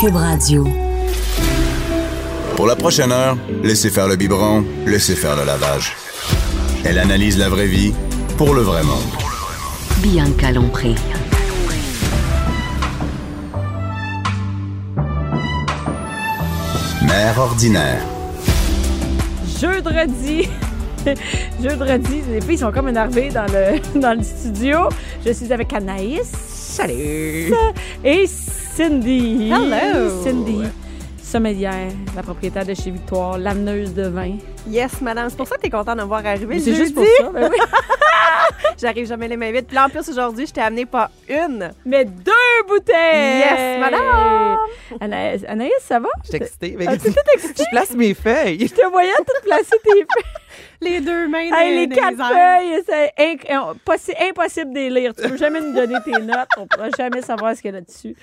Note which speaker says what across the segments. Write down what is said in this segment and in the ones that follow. Speaker 1: Cube Radio.
Speaker 2: Pour la prochaine heure, laissez faire le biberon, laissez faire le lavage. Elle analyse la vraie vie pour le vrai monde.
Speaker 1: Bianca Lompré.
Speaker 2: Mère ordinaire.
Speaker 3: Jeudi. Jeudi, les filles sont comme énervées dans le, dans le studio. Je suis avec Anaïs. Salut. Et Cindy.
Speaker 4: Hello.
Speaker 3: Cindy, sommelière, la propriétaire de chez Victoire, l'ameneuse de vin.
Speaker 4: Yes, madame. C'est pour ça que t'es content de me voir arriver le
Speaker 3: C'est juste
Speaker 4: jeudi.
Speaker 3: pour ça. ben oui.
Speaker 4: J'arrive jamais les mains vides. Puis là, en plus, aujourd'hui, je t'ai amené pas une.
Speaker 3: Mais deux bouteilles.
Speaker 4: Yes, madame.
Speaker 3: Anaïs, Anaïs, ça va?
Speaker 5: Je suis excitée. mais-
Speaker 3: Ah, t'es toute excitée.
Speaker 5: Je place mes feuilles.
Speaker 3: Je te voyais tout placer tes
Speaker 4: Les deux mains
Speaker 3: Hey,
Speaker 4: des-
Speaker 3: les
Speaker 4: des
Speaker 3: quatre
Speaker 4: airs.
Speaker 3: feuilles, c'est inc- on- possi- impossible de les lire. Tu peux jamais nous donner tes notes. On pourra jamais savoir ce qu'il y a là-dessus.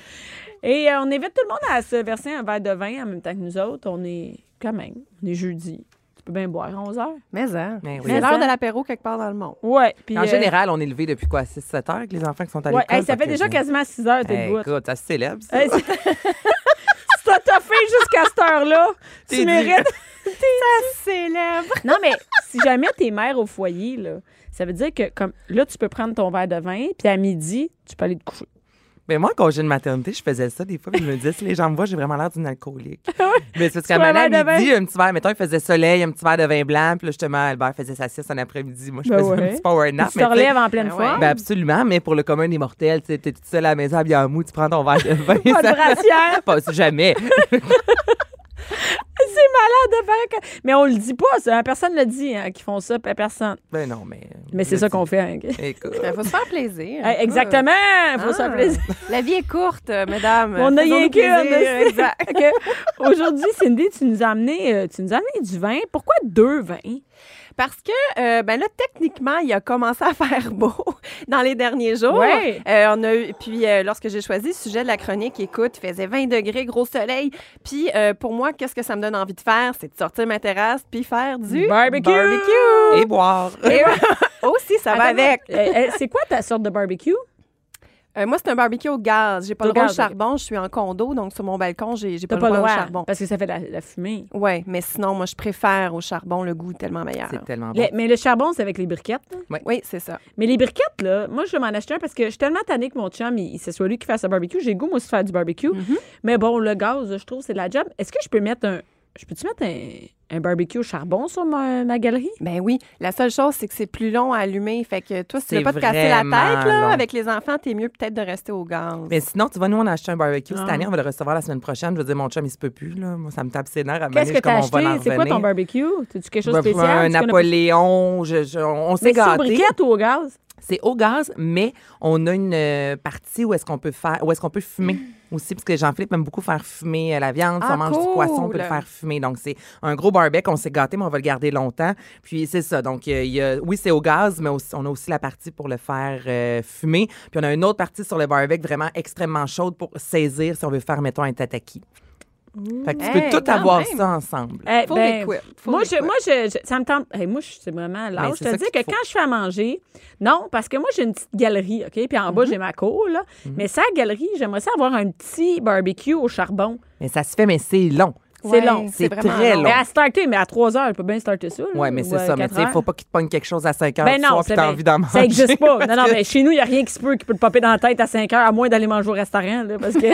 Speaker 3: Et euh, on invite tout le monde à se verser un verre de vin en même temps que nous autres. On est quand même, on est jeudi. Tu peux bien boire à 11 heures.
Speaker 4: Mais hein.
Speaker 5: Mais oui.
Speaker 4: C'est
Speaker 3: Mais, hein.
Speaker 4: l'heure de l'apéro quelque part dans le monde.
Speaker 3: Ouais. puis,
Speaker 5: en
Speaker 3: euh,
Speaker 5: général, on est levé depuis quoi? 6-7 heures que les enfants qui sont à
Speaker 3: ouais,
Speaker 5: l'école?
Speaker 3: hey, ça fait déjà quasiment 6 heures, t'es
Speaker 5: Hey,
Speaker 3: debout.
Speaker 5: écoute, ça se célèbre. ça.
Speaker 3: Hey, c'est- Si t'as toffé jusqu'à cette heure-là,
Speaker 5: T'es
Speaker 3: tu
Speaker 5: dit.
Speaker 3: mérites.
Speaker 4: Célèbre.
Speaker 3: Non, mais si jamais t'es mère au foyer, là, ça veut dire que comme là, tu peux prendre ton verre de vin, puis à midi, tu peux aller te coucher.
Speaker 5: Mais moi, quand j'ai une maternité, je faisais ça des fois. puis je me disais, si les gens me voient, j'ai vraiment l'air d'une alcoolique. Mais c'est parce qu'à
Speaker 3: Tu vois,
Speaker 5: Manon,
Speaker 3: verre de
Speaker 5: midi, un petit verre, mettons, il faisait soleil, un petit verre de vin blanc. Puis là, justement, Albert faisait sa sieste en après-midi. Moi, je
Speaker 3: Ben
Speaker 5: faisais
Speaker 3: ouais.
Speaker 5: un petit power
Speaker 3: Puis
Speaker 5: nap.
Speaker 3: tu
Speaker 5: mais
Speaker 3: te
Speaker 5: tu sais,
Speaker 3: relèves en pleine
Speaker 4: Ah
Speaker 3: forme.
Speaker 5: ben absolument, mais pour le commun des mortels, tu sais, t'es toute seule à la maison, habillée en mou, tu prends ton verre de vin.
Speaker 3: Pas de
Speaker 5: ça-
Speaker 3: brassière.
Speaker 5: Pas jamais.
Speaker 3: C'est malade. pareil Ah, que- Mais on le dit pas, ça. Personne le dit, hein, qu'ils font ça, puis personne.
Speaker 5: Ben non, mais.
Speaker 3: Mais c'est ça qu'on fait. hein.
Speaker 5: fait. Écoute.
Speaker 4: Il faut se faire plaisir.
Speaker 3: Hey, exactement. Faut se faire
Speaker 4: Ah.
Speaker 3: plaisir.
Speaker 4: La vie est courte, euh, mesdames.
Speaker 3: On a
Speaker 4: Faisons-nous
Speaker 3: rien
Speaker 4: plaisir.
Speaker 3: qu'une.
Speaker 4: Exact.
Speaker 3: Fait que, Aujourd'hui, Cindy, tu nous as amené, euh, tu nous as amené du vin. Pourquoi deux vins?
Speaker 4: Parce que, euh, ben là, techniquement, il a commencé à faire beau dans les derniers jours.
Speaker 3: Ouais.
Speaker 4: Euh, on a eu, puis, euh, lorsque j'ai choisi le sujet de la chronique, écoute, il faisait 20 degrés, gros soleil. Puis, euh, pour moi, qu'est-ce que ça me donne envie de faire? C'est de sortir ma terrasse puis faire du
Speaker 3: Barbecue.
Speaker 4: barbecue.
Speaker 5: Et boire.
Speaker 4: Et aussi, ça va
Speaker 3: Attends,
Speaker 4: avec.
Speaker 3: euh, euh, c'est quoi ta sorte de barbecue?
Speaker 4: Euh, moi, c'est un barbecue au gaz. J'ai pas
Speaker 3: Au
Speaker 4: le droit au
Speaker 3: gaz,
Speaker 4: charbon. Je suis en condo, donc sur mon balcon, j'ai j'ai pas,
Speaker 3: T'as pas
Speaker 4: le
Speaker 3: le
Speaker 4: droit au
Speaker 3: droit.
Speaker 4: charbon.
Speaker 3: Parce que ça fait la, la fumée.
Speaker 4: Ouais, mais sinon, moi, je préfère au charbon le goût est tellement meilleur.
Speaker 5: C'est tellement bon.
Speaker 3: Ah. Le- mais le charbon, c'est avec les briquettes. là.
Speaker 4: Oui, c'est ça.
Speaker 3: Mais les briquettes, là, moi, je vais m'en acheter un parce que je suis tellement tannée que mon chum, il, ce soit lui qui fasse le barbecue. J'ai le goût, moi aussi, de faire du barbecue.
Speaker 5: Mhm.
Speaker 3: Mais bon, le gaz, je trouve, c'est de la job. Est-ce que je peux mettre un. Je peux-tu mettre un, un barbecue au charbon sur ma, ma galerie?
Speaker 4: Ben oui. La seule chose, c'est que c'est plus long à allumer. Fait que toi, si tu veux
Speaker 5: C'est
Speaker 4: pas te casser la
Speaker 5: vraiment
Speaker 4: tête, là,
Speaker 5: long.
Speaker 4: avec les enfants, t'es mieux peut-être de rester au gaz.
Speaker 5: Mais sinon, tu vois, nous, on a acheté un barbecue
Speaker 3: Ah.
Speaker 5: cette année. On va le recevoir la semaine prochaine. Je veux dire, mon chum, il se peut plus. Là. Moi, ça me tape ses nerfs
Speaker 3: Qu'est-ce
Speaker 5: à
Speaker 3: que
Speaker 5: manier,
Speaker 3: t'as
Speaker 5: comme on va l'en
Speaker 3: acheté? C'est quoi ton
Speaker 5: revenir.
Speaker 3: barbecue? T'as-tu quelque chose de
Speaker 5: Je vais faire
Speaker 3: spécial? Tu
Speaker 5: un
Speaker 3: connais pas-
Speaker 5: Napoléon. Je- je- on on s'est
Speaker 3: Mais c'est aux
Speaker 5: gâtés.
Speaker 3: briquettes ou au gaz?
Speaker 5: C'est au gaz, mais on a une euh, partie où est-ce qu'on peut faire, où est-ce qu'on peut fumer aussi, parce que Jean-Philippe aime beaucoup faire fumer euh, la viande. si
Speaker 4: Ah,
Speaker 5: on mange du poisson, on peut le
Speaker 4: cool.
Speaker 5: faire fumer. Donc c'est un gros barbecue. On s'est gâté, mais on va le garder longtemps. Puis c'est ça. Donc euh, il y a- oui, c'est au gaz, mais aussi- on a aussi la partie pour le faire euh, fumer. Puis on a une autre partie sur le barbecue vraiment extrêmement chaude pour saisir si on veut faire mettons un tataki. Fait que tu
Speaker 4: Hey,
Speaker 5: peux tout
Speaker 4: quand
Speaker 5: avoir
Speaker 4: même.
Speaker 5: ça ensemble.
Speaker 3: Eh,
Speaker 4: Full
Speaker 3: ben,
Speaker 4: equip, full
Speaker 3: moi, je,
Speaker 4: equip.
Speaker 3: moi je, je- ça me tente. eh, moi, je- c'est vraiment
Speaker 5: Mais
Speaker 3: large. Je
Speaker 5: Ben, c'est
Speaker 3: te
Speaker 5: ça
Speaker 3: dis que
Speaker 5: qu'il faut.
Speaker 3: quand je fais à manger, non, parce que moi, j'ai une petite galerie, OK? Puis en
Speaker 5: Mhm.
Speaker 3: bas, j'ai ma cour, là. Mais ça, galerie, j'aimerais ça avoir un petit barbecue au charbon.
Speaker 5: Mais ça se fait, mais c'est long.
Speaker 3: C'est
Speaker 4: Ouais,
Speaker 3: long.
Speaker 5: c'est
Speaker 4: vraiment
Speaker 5: très
Speaker 3: Mais
Speaker 5: long.
Speaker 3: à starter, mais à 3 heures, je peux bien starter ça. là,
Speaker 5: Ouais, mais c'est
Speaker 3: ou à
Speaker 5: ça. Mais tu
Speaker 3: quatre
Speaker 5: sais,
Speaker 3: heures.
Speaker 5: faut pas qu'il te pogne quelque chose à 5 heures
Speaker 3: Ben
Speaker 5: du
Speaker 3: non,
Speaker 5: soir puis
Speaker 3: c'est
Speaker 5: t'as
Speaker 3: bien.
Speaker 5: envie d'en manger.
Speaker 3: Ça n'existe pas. Non, non, mais chez nous, il n'y a rien qui se peut qui peut te popper dans la tête à 5 heures, à moins d'aller manger au restaurant. là, parce que,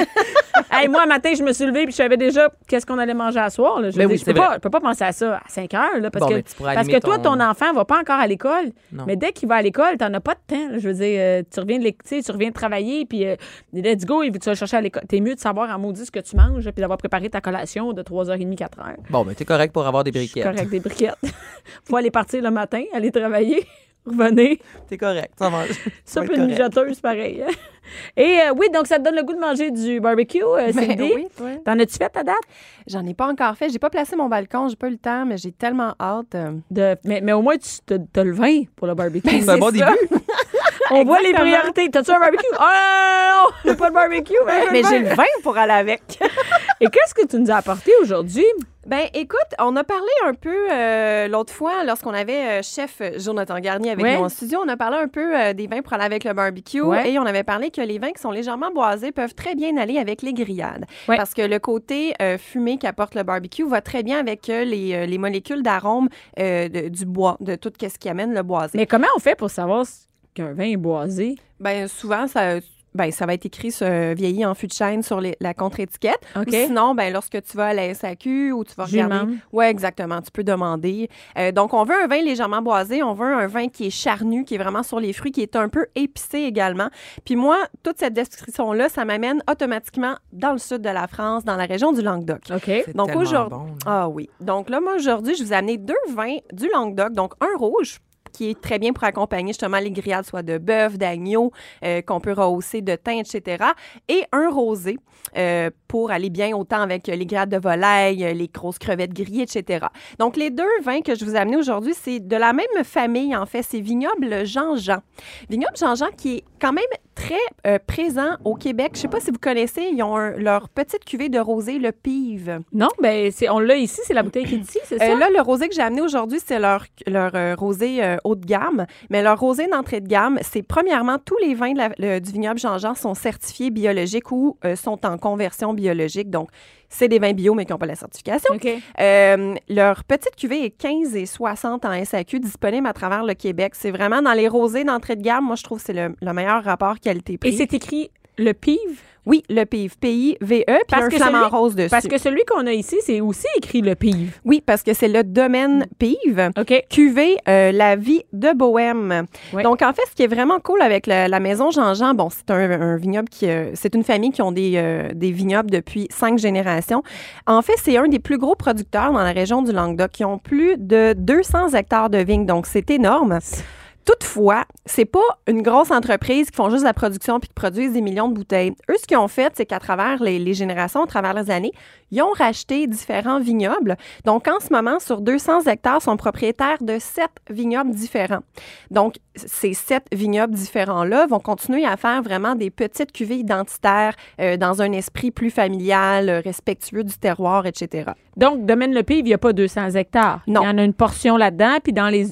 Speaker 3: Hey, moi, un matin, je me suis levée puis je savais déjà qu'est-ce qu'on allait manger à soir. là. Je
Speaker 5: Ben
Speaker 3: veux
Speaker 5: oui,
Speaker 3: dire, je
Speaker 5: c'est
Speaker 3: peux
Speaker 5: vrai.
Speaker 3: pas, je peux pas penser à ça à 5 heures. là, parce
Speaker 5: Bon,
Speaker 3: que,
Speaker 5: ben, tu pourrais
Speaker 3: parce que
Speaker 5: allumer
Speaker 3: toi,
Speaker 5: ton-
Speaker 3: ton enfant va pas encore à l'école.
Speaker 5: Non.
Speaker 3: Mais dès qu'il va à l'école, tu n'en as pas de temps. là. je veux dire, euh, tu reviens de l'éc- tu sais, tu reviens de travailler, puis euh, let's go, et tu vas chercher à l'école. T'es mieux de savoir en maudit ce que tu manges, puis d'avoir préparé ta collation de 3h30, 4h.
Speaker 5: Bon, mais t'es correct pour avoir des
Speaker 3: Je suis
Speaker 5: briquettes.
Speaker 3: correct, des briquettes. Faut aller partir le matin, aller travailler, revenir.
Speaker 5: T'es correct. Ça mange.
Speaker 3: Ça, puis une mijoteuse, pareil. hein. Et euh, oui, donc ça te donne le goût de manger du barbecue, euh,
Speaker 4: Ben
Speaker 3: Cindy.
Speaker 4: oui, toi.
Speaker 3: T'en as-tu fait ta date?
Speaker 4: J'en ai pas encore fait. J'ai pas placé mon balcon. J'ai pas eu le temps, mais j'ai tellement hâte. euh.
Speaker 3: De... Mais, mais au moins, tu te- t'as le vin pour le barbecue.
Speaker 4: Ben,
Speaker 5: C'est un bon
Speaker 4: c'est ça.
Speaker 5: début.
Speaker 3: On voit les
Speaker 4: exactement.
Speaker 3: Oh, priorités. T'as-tu un barbecue? Ah non, j'ai pas de barbecue.
Speaker 4: Mais j'ai le vin pour aller avec.
Speaker 3: Et qu'est-ce que tu nous as apporté aujourd'hui?
Speaker 4: Ben, écoute, on a parlé un peu euh, l'autre fois, lorsqu'on avait euh, chef Jonathan Garnier avec
Speaker 3: Ouais.
Speaker 4: nous en studio, on a parlé un peu euh, des vins pour aller avec le barbecue
Speaker 3: Ouais.
Speaker 4: et on avait parlé que les vins qui sont légèrement boisés peuvent très bien aller avec les grillades.
Speaker 3: Ouais.
Speaker 4: Parce que le côté euh, fumé qu'apporte le barbecue va très bien avec euh, les, euh, les molécules d'arôme euh, de- du bois, de tout ce qui amène le boisé.
Speaker 3: Mais comment on fait pour savoir si- qu'un vin est boisé?
Speaker 4: Ben, souvent, ça. Ben, ça va être écrit sur, vieilli en fût de chêne sur les- la contre-étiquette.
Speaker 3: OK.
Speaker 4: Ou sinon, ben, lorsque tu vas à la SAQ ou tu vas
Speaker 3: Je
Speaker 4: regarder
Speaker 3: demande.
Speaker 4: Oui, exactement. Tu peux demander. Euh, donc, on veut un vin légèrement boisé. On veut un vin qui est charnu, qui est vraiment sur les fruits, qui est un peu épicé également. Puis moi, toute cette description-là, ça m'amène automatiquement dans le sud de la France, dans la région du Languedoc.
Speaker 3: OK.
Speaker 5: C'est
Speaker 4: Donc
Speaker 5: tellement
Speaker 4: aujourd'hui,
Speaker 5: bon, là.
Speaker 4: ah oui. Donc là, moi aujourd'hui, je vous ai amené deux vins du Languedoc, donc un rouge qui est très bien pour accompagner justement les grillades, soit de bœuf, d'agneau, euh, qu'on peut rehausser de thym, etc. Et un rosé euh, pour aller bien autant avec euh, les grillades de volaille, euh, les grosses crevettes grillées, etc. Donc les deux vins que je vous ai amenés aujourd'hui, c'est de la même famille en fait, c'est Vignoble Jean-Jean. Vignoble Jean-Jean qui est quand même très euh, présent au Québec. Je sais pas si vous connaissez, ils ont un- leur petite cuvée de rosé, le Pive.
Speaker 3: Non, ben, c'est, on l'a ici, c'est la bouteille qui est ici, c'est ça?
Speaker 4: Euh, là, le rosé que j'ai amené aujourd'hui, c'est leur, leur euh, rosé euh, haut de gamme. Mais leur rosé d'entrée de gamme, c'est premièrement, tous les vins de la- le- du vignoble Jean-Jean sont certifiés biologiques ou euh, sont en conversion biologique. Donc, c'est des vins bio, mais qui n'ont pas la certification.
Speaker 3: OK.
Speaker 4: Euh, leur petite cuvée est 15 et 60 en SAQ, disponible à travers le Québec. C'est vraiment dans les rosés d'entrée de gamme, moi, je trouve que c'est le, le meilleur rapport
Speaker 3: Et
Speaker 4: qualité-prix.
Speaker 3: c'est écrit le pive?
Speaker 4: Oui, le PIV, P-I-V-E, E, puis
Speaker 3: Parce
Speaker 4: un
Speaker 3: que
Speaker 4: flamant
Speaker 3: celui-
Speaker 4: rose dessus.
Speaker 3: Parce que celui qu'on a ici, c'est aussi écrit le pive.
Speaker 4: Oui, parce que c'est le
Speaker 3: Mm.
Speaker 4: domaine PIV.
Speaker 3: OK.
Speaker 4: cuvée euh, La vie de Bohème.
Speaker 3: Ouais.
Speaker 4: Donc, en fait, ce qui est vraiment cool avec la, la maison Jean-Jean, bon, c'est un, un vignoble qui. euh, c'est une famille qui ont des, euh, des vignobles depuis cinq générations. En fait, c'est un des plus gros producteurs dans la région du Languedoc qui ont plus de 200 hectares de vignes. Donc, c'est énorme. Toutefois, c'est pas une grosse entreprise qui font juste la production puis qui produisent des millions de bouteilles. Eux, ce qu'ils ont fait, c'est qu'à travers les, les générations, à travers les années, ils ont racheté différents vignobles. Donc, en ce moment, sur 200 hectares, sont propriétaires de sept vignobles différents. Donc, ces sept vignobles différents-là vont continuer à faire vraiment des petites cuvées identitaires euh, dans un esprit plus familial, euh, respectueux du terroir, etc.
Speaker 3: Donc, domaine le pive, il n'y a pas 200 hectares.
Speaker 4: Non.
Speaker 3: Il y en a une portion là-dedans, puis dans les,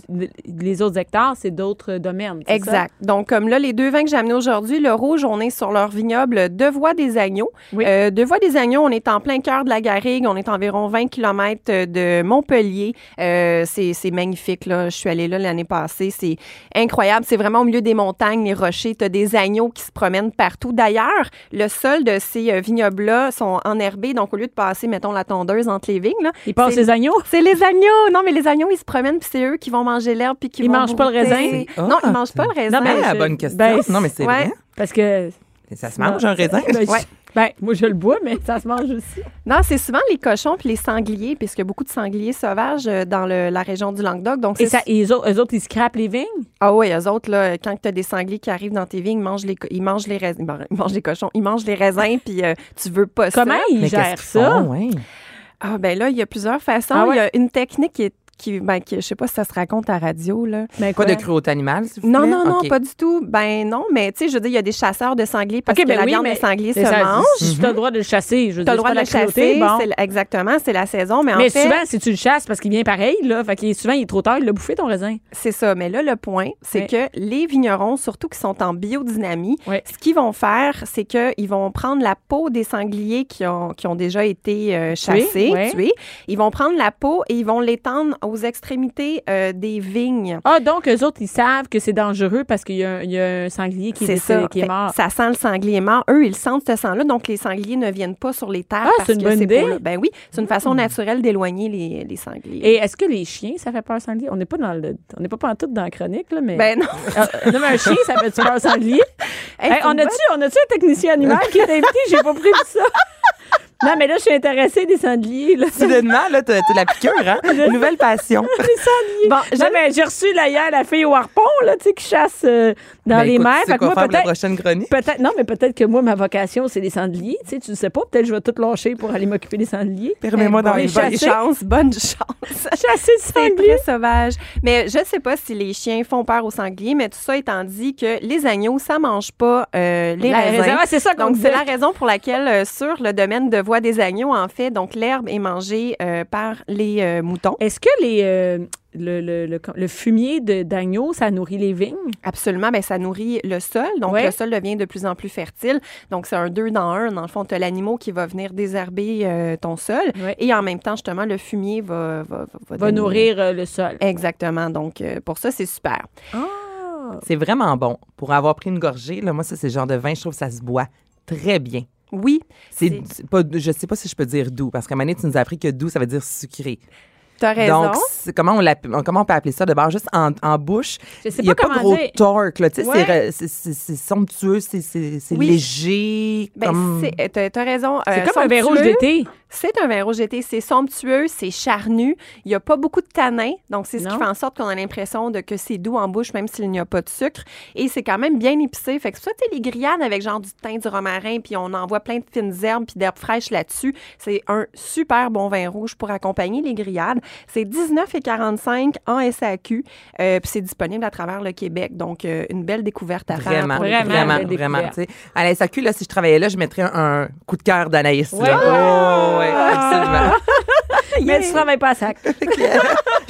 Speaker 3: les autres hectares, c'est d'autres domaines. c'est ça?
Speaker 4: Exact. Donc, comme là, les deux vins que j'ai amenés aujourd'hui, le rouge, on est sur leur vignoble Devois des Agneaux.
Speaker 3: Oui.
Speaker 4: Euh, Devois des Agneaux, on est en plein cœur de la Garrigue. On est environ 20 km de Montpellier. Euh, c'est c'est magnifique, là. Je suis allée là l'année passée. C'est incroyable. C'est vraiment au milieu des montagnes, les rochers. Tu as des agneaux qui se promènent partout. D'ailleurs, le sol de ces euh, vignobles-là sont enherbés. Donc, au lieu de passer, mettons, la tondeuse entre les vignes, là,
Speaker 3: Ils passent
Speaker 4: C'est-
Speaker 3: les agneaux?
Speaker 4: c'est les agneaux. Non, mais les agneaux, ils se promènent, puis c'est eux qui vont manger l'herbe, puis qui
Speaker 3: Ils
Speaker 4: vont
Speaker 3: mangent pas le
Speaker 4: brouter.
Speaker 3: raisin? Ah,
Speaker 5: C'est
Speaker 4: Non, ils
Speaker 5: hot.
Speaker 4: mangent pas le raisin.
Speaker 3: Non, mais-
Speaker 5: Ah,
Speaker 3: je-
Speaker 5: bonne question.
Speaker 3: ben,
Speaker 5: non, mais c'est
Speaker 4: ouais.
Speaker 5: vrai.
Speaker 3: Parce que.
Speaker 5: Ça se mange un raisin.
Speaker 3: Ben, je-
Speaker 4: Ouais.
Speaker 3: ben, moi, je le bois, mais ça se mange aussi.
Speaker 4: Non, c'est souvent les cochons puis les sangliers, puisque beaucoup de sangliers sauvages euh, dans le- la région du Languedoc. Donc,
Speaker 3: Et
Speaker 4: c'est-
Speaker 3: ça, et eux, autres- eux autres, ils scrapent les vignes?
Speaker 4: Ah oui, eux autres, là, quand tu as des sangliers qui arrivent dans tes vignes, ils mangent les, co- ils mangent les raisins. ben, ils mangent les cochons, ils mangent les raisins, puis euh, tu veux pas ça.
Speaker 3: Comment ils
Speaker 5: Mais
Speaker 3: gèrent
Speaker 5: qu'est-ce qu'ils
Speaker 3: ça?
Speaker 5: font, ouais?
Speaker 4: Ah, ben là, il y a plusieurs façons.
Speaker 3: Ah ouais?
Speaker 4: Il y a une technique qui est. Qui, ben, qui- je sais pas si ça se raconte à radio, là.
Speaker 3: Ben,
Speaker 5: Pas
Speaker 3: quoi?
Speaker 5: de cruauté animale, s'il vous
Speaker 4: Non,
Speaker 5: plaît?
Speaker 4: non, non,
Speaker 5: Ok.
Speaker 4: pas du tout. Ben non, mais tu sais, je veux dire, il y a des chasseurs de sangliers parce
Speaker 3: Ok,
Speaker 4: que
Speaker 3: ben
Speaker 4: la
Speaker 3: oui,
Speaker 4: viande
Speaker 3: mais
Speaker 4: des sangliers se
Speaker 3: C'est ça,
Speaker 4: mange.
Speaker 3: si
Speaker 5: Mhm.
Speaker 3: tu as le droit de le chasser. Je
Speaker 4: Tu as le droit de le chasser. c'est le- Exactement, c'est la saison. Mais, en
Speaker 3: Mais
Speaker 4: fait,
Speaker 3: souvent, si tu le chasses, parce qu'il vient pareil, là, fait qu'il- souvent, il est trop tard, il l'a bouffé, ton raisin.
Speaker 4: C'est ça, mais là, le point, c'est
Speaker 3: Oui.
Speaker 4: que les vignerons, surtout qui sont en biodynamie,
Speaker 3: Oui.
Speaker 4: ce qu'ils vont faire, c'est qu'ils vont prendre la peau des sangliers qui ont, qui ont déjà été euh, chassés,
Speaker 3: oui.
Speaker 4: tués. Ils vont prendre la peau et ils vont l'étendre aux extrémités euh, des vignes.
Speaker 3: Ah, donc, eux autres, ils savent que c'est dangereux parce qu'il y, a un- il y a un sanglier qui est,
Speaker 4: C'est
Speaker 3: décédé-
Speaker 4: ça.
Speaker 3: qui est
Speaker 4: Fait que
Speaker 3: mort.
Speaker 4: Ça sent le sanglier mort. Eux, ils sentent ce sang-là, donc les sangliers ne viennent pas sur les terres
Speaker 3: Ah,
Speaker 4: parce
Speaker 3: c'est une
Speaker 4: que
Speaker 3: bonne
Speaker 4: ces
Speaker 3: idée. Hmm.
Speaker 4: peaux-là- Ben oui, c'est une façon naturelle d'éloigner les, les sangliers.
Speaker 3: Et est-ce que les chiens, ça fait peur au sanglier? On n'est pas dans le, on n'est pas pantoute dans la chronique, là, mais.
Speaker 4: ben non,
Speaker 3: Ah, non, mais un chien, ça fait peur au sanglier?
Speaker 4: Hey,
Speaker 3: Hey,
Speaker 4: c'est
Speaker 3: on,
Speaker 4: une
Speaker 3: a-tu, on a-tu un technicien animal qui est invité? J'ai pas prévu ça. Non, mais là, je suis intéressée des sangliers, là.
Speaker 5: Soudainement, là, t'as t'as la piqûre, hein? Nouvelle passion.
Speaker 3: Les sangliers.
Speaker 4: Bon,
Speaker 3: Non, mais j'ai reçu là, hier la fille au harpon, là, tu sais, qui chasse euh, dans
Speaker 5: Ben,
Speaker 3: les
Speaker 5: écoute,
Speaker 3: mers.
Speaker 5: Tu sais
Speaker 3: Fait que
Speaker 5: quoi
Speaker 3: moi,
Speaker 5: faire pour la
Speaker 3: peut-être.
Speaker 5: prochaine chronique?
Speaker 3: Peut-être, non, mais peut-être que moi, ma vocation, c'est les sangliers. Tu sais, tu ne sais pas. Peut-être que je vais tout lâcher pour aller m'occuper des sangliers.
Speaker 5: Permets-moi
Speaker 4: Bon,
Speaker 5: d'en
Speaker 3: les
Speaker 4: Euh, bonne
Speaker 5: parler.
Speaker 3: chasser.
Speaker 4: chance, bonne chance.
Speaker 3: Chasser le
Speaker 4: C'est
Speaker 3: sanglier.
Speaker 4: très sauvage. Mais je ne sais pas si les chiens font peur aux sangliers, mais tout ça étant dit que les agneaux, ça mange pas euh, les
Speaker 3: La
Speaker 4: raisins.
Speaker 3: raison- ah, c'est ça qu'on
Speaker 4: Donc,
Speaker 3: disait.
Speaker 4: c'est la raison pour laquelle, euh, sur le domaine de voie des agneaux, en fait. Donc, l'herbe est mangée euh, par les euh, moutons.
Speaker 3: Est-ce que les, euh, le, le, le, le fumier de- d'agneau, ça nourrit les vignes?
Speaker 4: Absolument, ben, ça nourrit le sol. Donc,
Speaker 3: Ouais.
Speaker 4: le sol devient de plus en plus fertile. Donc, c'est un deux dans un. Dans le fond, tu as l'animal qui va venir désherber euh, ton sol.
Speaker 3: Ouais.
Speaker 4: Et en même temps, justement, le fumier va, va,
Speaker 3: Va
Speaker 4: donner-
Speaker 3: nourrir euh, le sol.
Speaker 4: Exactement. Donc, euh, pour ça, c'est super.
Speaker 3: Ah!
Speaker 5: C'est vraiment bon. Pour avoir pris une gorgée, là, moi, ça, c'est le genre de vin, je trouve que ça se boit très bien.
Speaker 4: Oui,
Speaker 5: C'est pas, je sais pas si je peux dire doux, parce qu'à un moment donné, tu nous as appris que doux, ça veut dire sucré.
Speaker 4: tu as raison.
Speaker 5: Donc, c'est- comment on, l'app- comment on peut appeler ça de bord? Juste en, en bouche,
Speaker 3: Je sais
Speaker 5: il n'y a
Speaker 3: pas
Speaker 5: pas,
Speaker 3: comment
Speaker 5: gros
Speaker 3: dire.
Speaker 5: torque. là. Tu sais,
Speaker 3: Ouais.
Speaker 5: c'est re- c'est- c'est c'est somptueux, c'est- c'est c'est
Speaker 4: Oui.
Speaker 5: léger.
Speaker 4: Ben,
Speaker 5: comme-
Speaker 4: c'est- euh, t'as- t'as raison.
Speaker 3: C'est
Speaker 4: euh,
Speaker 3: comme un vin rouge
Speaker 4: somptueux.
Speaker 3: d'été.
Speaker 4: C'est un vin rouge d'été. C'est somptueux, c'est charnu. Il n'y a pas beaucoup de tanin. Donc, c'est ce
Speaker 3: Non.
Speaker 4: qui fait en sorte qu'on a l'impression de que c'est doux en bouche, même s'il n'y a pas de sucre. Et c'est quand même bien épicé. Fait que ça, t'es les grillades avec genre du thym, du romarin, puis on envoie plein de fines herbes puis d'herbes fraîches là-dessus. C'est un super bon vin rouge pour accompagner les grillades. C'est 19,45 en SAQ. euh, puis c'est disponible à travers le Québec. Donc, euh, une belle découverte à
Speaker 5: Vraiment,
Speaker 4: faire. pour les
Speaker 3: Vraiment,
Speaker 5: vraiment,
Speaker 3: belle
Speaker 5: vraiment.
Speaker 3: découverte.
Speaker 5: tu sais. À la SAQ, là, si je travaillais là, je mettrais un, un coup de cœur d'Anaïs. là.
Speaker 3: Ouais.
Speaker 5: Oh, ouais, absolument.
Speaker 3: Mais tu travailles pas à sac.
Speaker 5: je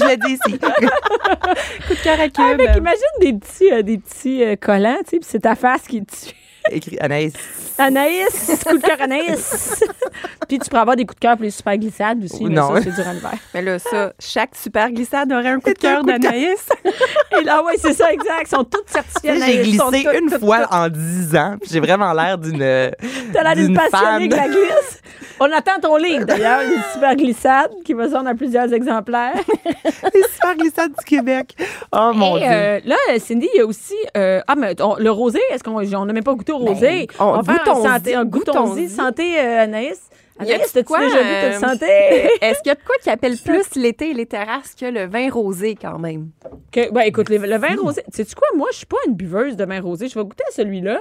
Speaker 5: le dis ici.
Speaker 4: coups de cœur à cube.
Speaker 3: Ah, mec, imagine des petits, euh, des petits euh, collants, tu sais, puis c'est ta face qui est dessus.
Speaker 5: Écrit Anaïs.
Speaker 3: Anaïs, coup de cœur Anaïs. puis tu pourras avoir des coups de cœur pour les super glissades aussi,
Speaker 5: Ou
Speaker 3: mais
Speaker 5: non.
Speaker 3: ça, c'est durant l'hiver.
Speaker 4: Mais là, ça, chaque super glissade aurait un coup de
Speaker 5: C'était un
Speaker 4: cœur
Speaker 5: coup de cœur.
Speaker 4: d'Anaïs.
Speaker 3: Et là, ouais, c'est ça, exact. Ils sont toutes certifiées Anaïs.
Speaker 5: J'ai
Speaker 3: Ils sont
Speaker 5: glissé
Speaker 3: toutes-
Speaker 5: une
Speaker 3: toutes-
Speaker 5: fois
Speaker 3: toutes-
Speaker 5: en 10 ans, puis j'ai vraiment l'air d'une. euh,
Speaker 3: T'as l'air d'une
Speaker 5: d'une
Speaker 3: passionnée
Speaker 5: fan.
Speaker 3: de la glisse. On attend ton livre, d'ailleurs, une super glissade qui va sortir dans plusieurs exemplaires.
Speaker 5: Les super glissades du Québec. Oh mon
Speaker 3: Et
Speaker 5: Dieu.
Speaker 3: euh, là, Cindy, il y a aussi. euh, ah, mais on- le rosé, est-ce qu'on n'a même pas goûté au rosé?
Speaker 4: on-
Speaker 3: va faire un
Speaker 4: goûtons-y,
Speaker 3: santé, un goûtons-y.
Speaker 4: goûtons-y.
Speaker 3: Santé, euh, Anaïs.
Speaker 4: Y a-tu
Speaker 3: Anaïs, t'as-tu
Speaker 4: quoi,
Speaker 3: déjà goûté de
Speaker 4: euh,
Speaker 3: santé?
Speaker 4: Est-ce qu'il y a de quoi qui appelle plus l'été et les terrasses que le vin rosé, quand même?
Speaker 3: Que- ben, écoute, le, le vin rosé. Sais-tu quoi? Moi, je suis pas une buveuse de vin rosé. Je vais goûter à celui-là.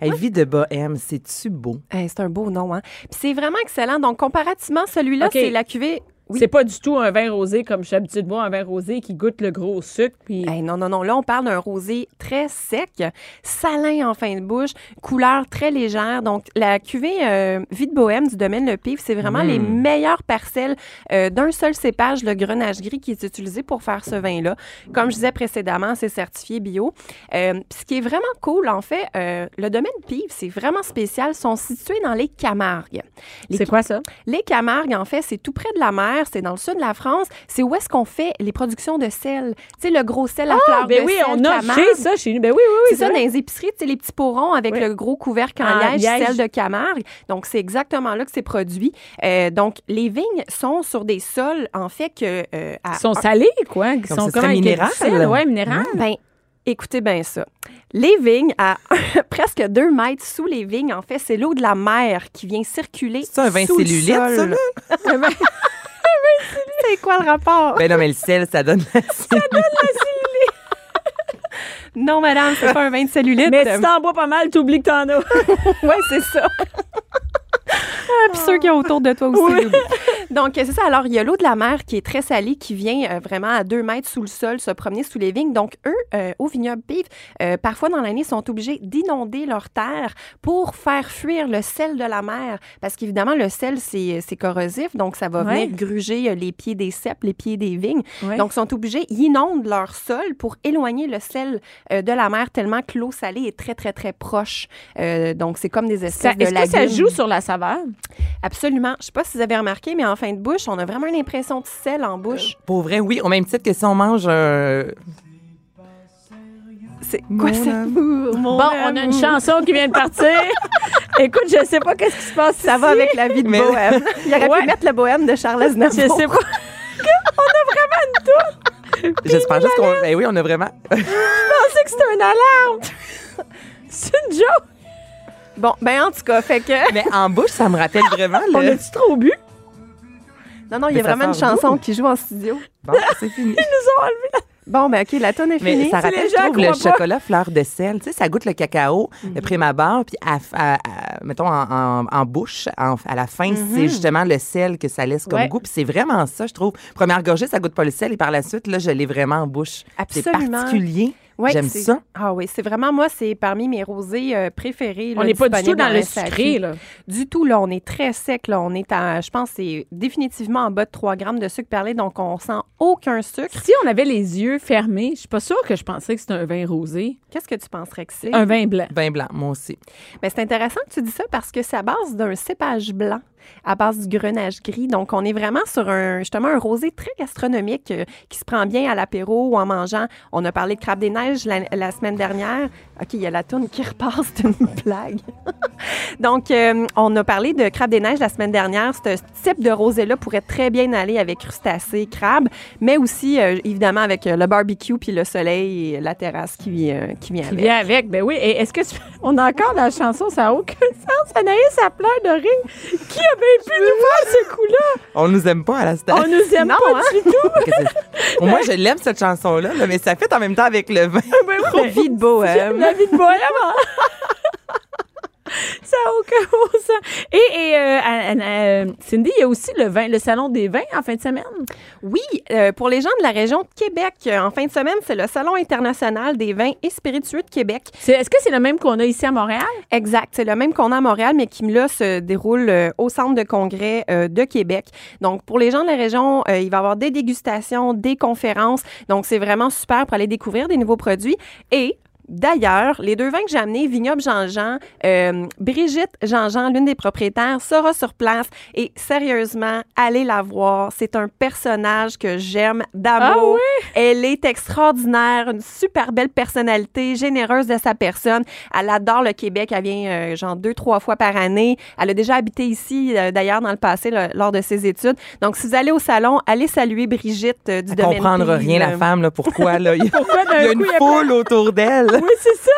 Speaker 5: Hey, vie de bohème, c'est-tu beau?
Speaker 4: Eh, c'est un beau nom, hein? Puis c'est vraiment excellent. Donc, comparativement, celui-là,
Speaker 3: OK.
Speaker 4: c'est la cuvée. Oui.
Speaker 3: C'est pas du tout un vin rosé comme j'ai l'habitude de boire un vin rosé qui goûte le gros sucre. Puis...
Speaker 4: Eh, non, non, non. Là, on parle d'un rosé très sec, salin en fin de bouche, couleur très légère. Donc, la cuvée euh, Vie de Bohème du domaine Le Pif, c'est vraiment les
Speaker 3: Mm.
Speaker 4: meilleures parcelles euh, d'un seul cépage, le grenage gris, qui est utilisé pour faire ce vin-là. Comme je disais précédemment, c'est certifié bio. Euh, puis ce qui est vraiment cool, en fait, euh, le domaine Pif, c'est vraiment spécial, Ils sont situés dans les Camargues. Les
Speaker 3: C'est quoi ça?
Speaker 4: les Camargues, en fait, c'est tout près de la mer, c'est dans le sud de la France. C'est où est-ce qu'on fait les productions de sel. Tu sais, le gros sel à fleur
Speaker 3: ben
Speaker 4: de
Speaker 3: oui,
Speaker 4: sel,
Speaker 3: on a
Speaker 4: Camargue.
Speaker 3: chez ça chez nous. Ben oui, oui, oui.
Speaker 4: C'est ça,
Speaker 3: vrai.
Speaker 4: dans les épiceries, tu sais, les petits pourrons avec
Speaker 3: Oui.
Speaker 4: le gros couvercle en,
Speaker 3: En
Speaker 4: liège,
Speaker 3: Ah, liège.
Speaker 4: sel de Camargue. Donc, c'est exactement là que c'est produit. Euh, donc, les vignes sont sur des sols, en fait, que... euh, à
Speaker 3: Ils sont salés, quoi. Ils
Speaker 5: Donc,
Speaker 3: sont
Speaker 5: ce
Speaker 3: comme
Speaker 5: serait
Speaker 3: avec
Speaker 5: minéral.
Speaker 3: du sel, Ouais, minéral.
Speaker 4: Ben, écoutez bien ça. Les vignes, à presque deux mètres sous les vignes, en fait, c'est l'eau de la mer qui vient circuler
Speaker 5: C'est un vin
Speaker 4: sous le
Speaker 5: cellulite,
Speaker 4: sol.
Speaker 5: ça, là?
Speaker 4: C'est quoi le rapport?
Speaker 5: Ben non, mais le sel, ça donne la
Speaker 4: Non, madame, c'est pas un vin de cellulite.
Speaker 3: Mais si t'en bois pas mal, t'oublies que t'en as.
Speaker 4: Ouais, c'est ça. Ah, Puis ceux qui ont autour de toi aussi.
Speaker 3: Oui.
Speaker 4: l'oublient. Donc, c'est ça. Alors, il y a l'eau de la mer qui est très salée, qui vient euh, vraiment à deux mètres sous le sol se promener sous les vignes. Donc, eux, euh, au vignoble Pive, euh, parfois dans l'année, sont obligés d'inonder leurs terres pour faire fuir le sel de la mer. Parce qu'évidemment, le sel, c'est c'est corrosif. Donc, ça va
Speaker 3: Ouais.
Speaker 4: venir gruger euh, les pieds des cèpes, les pieds des vignes.
Speaker 3: Ouais.
Speaker 4: Donc, sont obligés, ils inondent leur sol pour éloigner le sel euh, de la mer tellement que l'eau salée est très, très, très proche. Euh, donc, c'est comme des
Speaker 3: Ça-
Speaker 4: espèces de
Speaker 3: Est-ce que ça
Speaker 4: lagunes.
Speaker 3: joue sur la saveur?
Speaker 4: Absolument. Je sais pas si vous avez remarqué, mais en fin de bouche, on a vraiment une impression de sel en bouche.
Speaker 5: Pour vrai, oui, au même titre que si on mange euh, un.
Speaker 4: C'est quoi
Speaker 5: Mon
Speaker 4: ça? Bon,
Speaker 3: Bon, on a une chanson qui vient de partir. Écoute, je sais pas qu'est-ce qui se passe.
Speaker 4: Ah, Ça va avec la vie de
Speaker 5: Mais-
Speaker 4: bohème. Il aurait
Speaker 3: Ouais.
Speaker 4: pu mettre le bohème de Charles Aznavour.
Speaker 3: Je sais pas.
Speaker 5: J'espère juste qu'on. Ben oui, on a vraiment.
Speaker 3: Je pensais que c'était une alarme. C'est une joke.
Speaker 4: Bon, ben en tout cas, fait que...
Speaker 5: Mais en bouche, ça me rappelle vraiment
Speaker 3: On
Speaker 5: le.
Speaker 3: a-tu trop bu?
Speaker 4: Non, non, il y
Speaker 5: Mais
Speaker 4: a
Speaker 5: ça
Speaker 4: vraiment une
Speaker 5: sort
Speaker 4: chanson
Speaker 5: d'où?
Speaker 4: qui joue en studio.
Speaker 5: Bon, c'est fini.
Speaker 4: Bon, ben OK, la tonne est
Speaker 5: Mais
Speaker 4: finie.
Speaker 5: ça
Speaker 3: Si les
Speaker 5: rappelle, je
Speaker 3: gens
Speaker 5: trouve, le
Speaker 3: croient pas. Mhm.
Speaker 5: chocolat fleur de sel. Tu sais, ça goûte le cacao, le prime abord, puis à, à- à- mettons en, en- en bouche, en- à la fin, c'est justement le sel que ça laisse comme
Speaker 3: Mhm. Ouais.
Speaker 5: goût. Puis c'est vraiment ça, je trouve. Première gorgée, ça goûte pas le sel, et par la suite, là, je l'ai vraiment en bouche. C'est
Speaker 4: Absolument.
Speaker 5: particulier.
Speaker 4: Ouais,
Speaker 5: J'aime
Speaker 4: c'est-
Speaker 5: ça.
Speaker 4: Ah oui, c'est vraiment moi, c'est parmi mes rosés euh, préférés.
Speaker 3: On
Speaker 4: là,
Speaker 3: n'est pas du tout
Speaker 4: disponibles
Speaker 3: dans
Speaker 4: en
Speaker 3: le
Speaker 4: SAQ.
Speaker 3: sucré, là.
Speaker 4: Du tout, là, on est très sec. Là, on est à, je pense, que c'est définitivement en bas de 3 grammes de sucre perlé, donc on sent aucun sucre.
Speaker 3: Si on avait les yeux fermés, je suis pas sûre que je pensais que c'était un vin rosé.
Speaker 4: Qu'est-ce que tu penserais que c'est?
Speaker 3: Un vin blanc.
Speaker 5: Vin blanc, moi aussi.
Speaker 4: Mais c'est intéressant que tu dis ça parce que c'est à base d'un cépage blanc, à base du grenage gris. Donc, on est vraiment sur un, justement, un rosé très gastronomique euh, qui se prend bien à l'apéro ou en mangeant. On a parlé de crabe des neiges la, la semaine dernière. OK, il y a la tourne qui repasse, c'est une blague. Donc, euh, on a parlé de crabe des neiges la semaine dernière. Ce type de rosé-là pourrait très bien aller avec crustacés, crabes, mais aussi, euh, évidemment, avec euh, le barbecue puis le soleil et la terrasse qui vient, qui vient
Speaker 3: Qui
Speaker 4: avec.
Speaker 3: vient avec. Ben oui. Et est-ce que tu- on a encore la chanson, ça n'a aucun sens. Anaïs a pleure de rire. Qui a bien pu nous faire ce coup-là?
Speaker 5: On nous aime pas à la station.
Speaker 3: On nous aime
Speaker 4: Non,
Speaker 3: pas
Speaker 4: hein?
Speaker 3: du tout.
Speaker 5: Que c'est- Moi, je l'aime, cette chanson-là, là, mais ça fait en même temps avec le vin.
Speaker 3: Ben oui, mais-
Speaker 4: Vie de bohème.
Speaker 3: La vie de bohème. hein? Ça n'a aucun bon sens. Et, et, euh, Anna- euh, Cindy, il y a aussi le vin, le salon des vins en fin de semaine.
Speaker 4: Oui, euh, pour les gens de la région de Québec, euh, en fin de semaine, c'est le Salon international des vins et spiritueux de Québec.
Speaker 3: C'est- Est-ce que c'est le même qu'on a ici à Montréal?
Speaker 4: Exact. C'est le même qu'on a à Montréal, mais qui, là, se déroule euh, au Centre de congrès euh, de Québec. Donc, pour les gens de la région, euh, il va y avoir des dégustations, des conférences. Donc, c'est vraiment super pour aller découvrir des nouveaux produits. Et... D'ailleurs, les deux vins que j'ai amenés, Vignoble Jean-Jean, euh, Brigitte Jean-Jean, l'une des propriétaires, sera sur place. Et sérieusement, allez la voir. C'est un personnage que j'aime d'amour.
Speaker 3: Ah
Speaker 4: Elle est extraordinaire, une super belle personnalité, généreuse de sa personne. Elle adore le Québec. Elle vient euh, genre deux, trois fois par année. Elle a déjà habité ici, euh, d'ailleurs, dans le passé, là, lors de ses études. Donc, si vous allez au salon, allez saluer Brigitte euh, du
Speaker 5: Elle
Speaker 4: domaine. euh.
Speaker 5: comprendra
Speaker 4: Pays,
Speaker 5: rien,
Speaker 4: là.
Speaker 5: la femme, là, pourquoi. Là. Il y a,
Speaker 3: Pourquoi
Speaker 5: il y a
Speaker 3: d'un
Speaker 5: une
Speaker 3: coup, il y a plein-
Speaker 5: foule autour d'elle.
Speaker 3: Oui, c'est ça.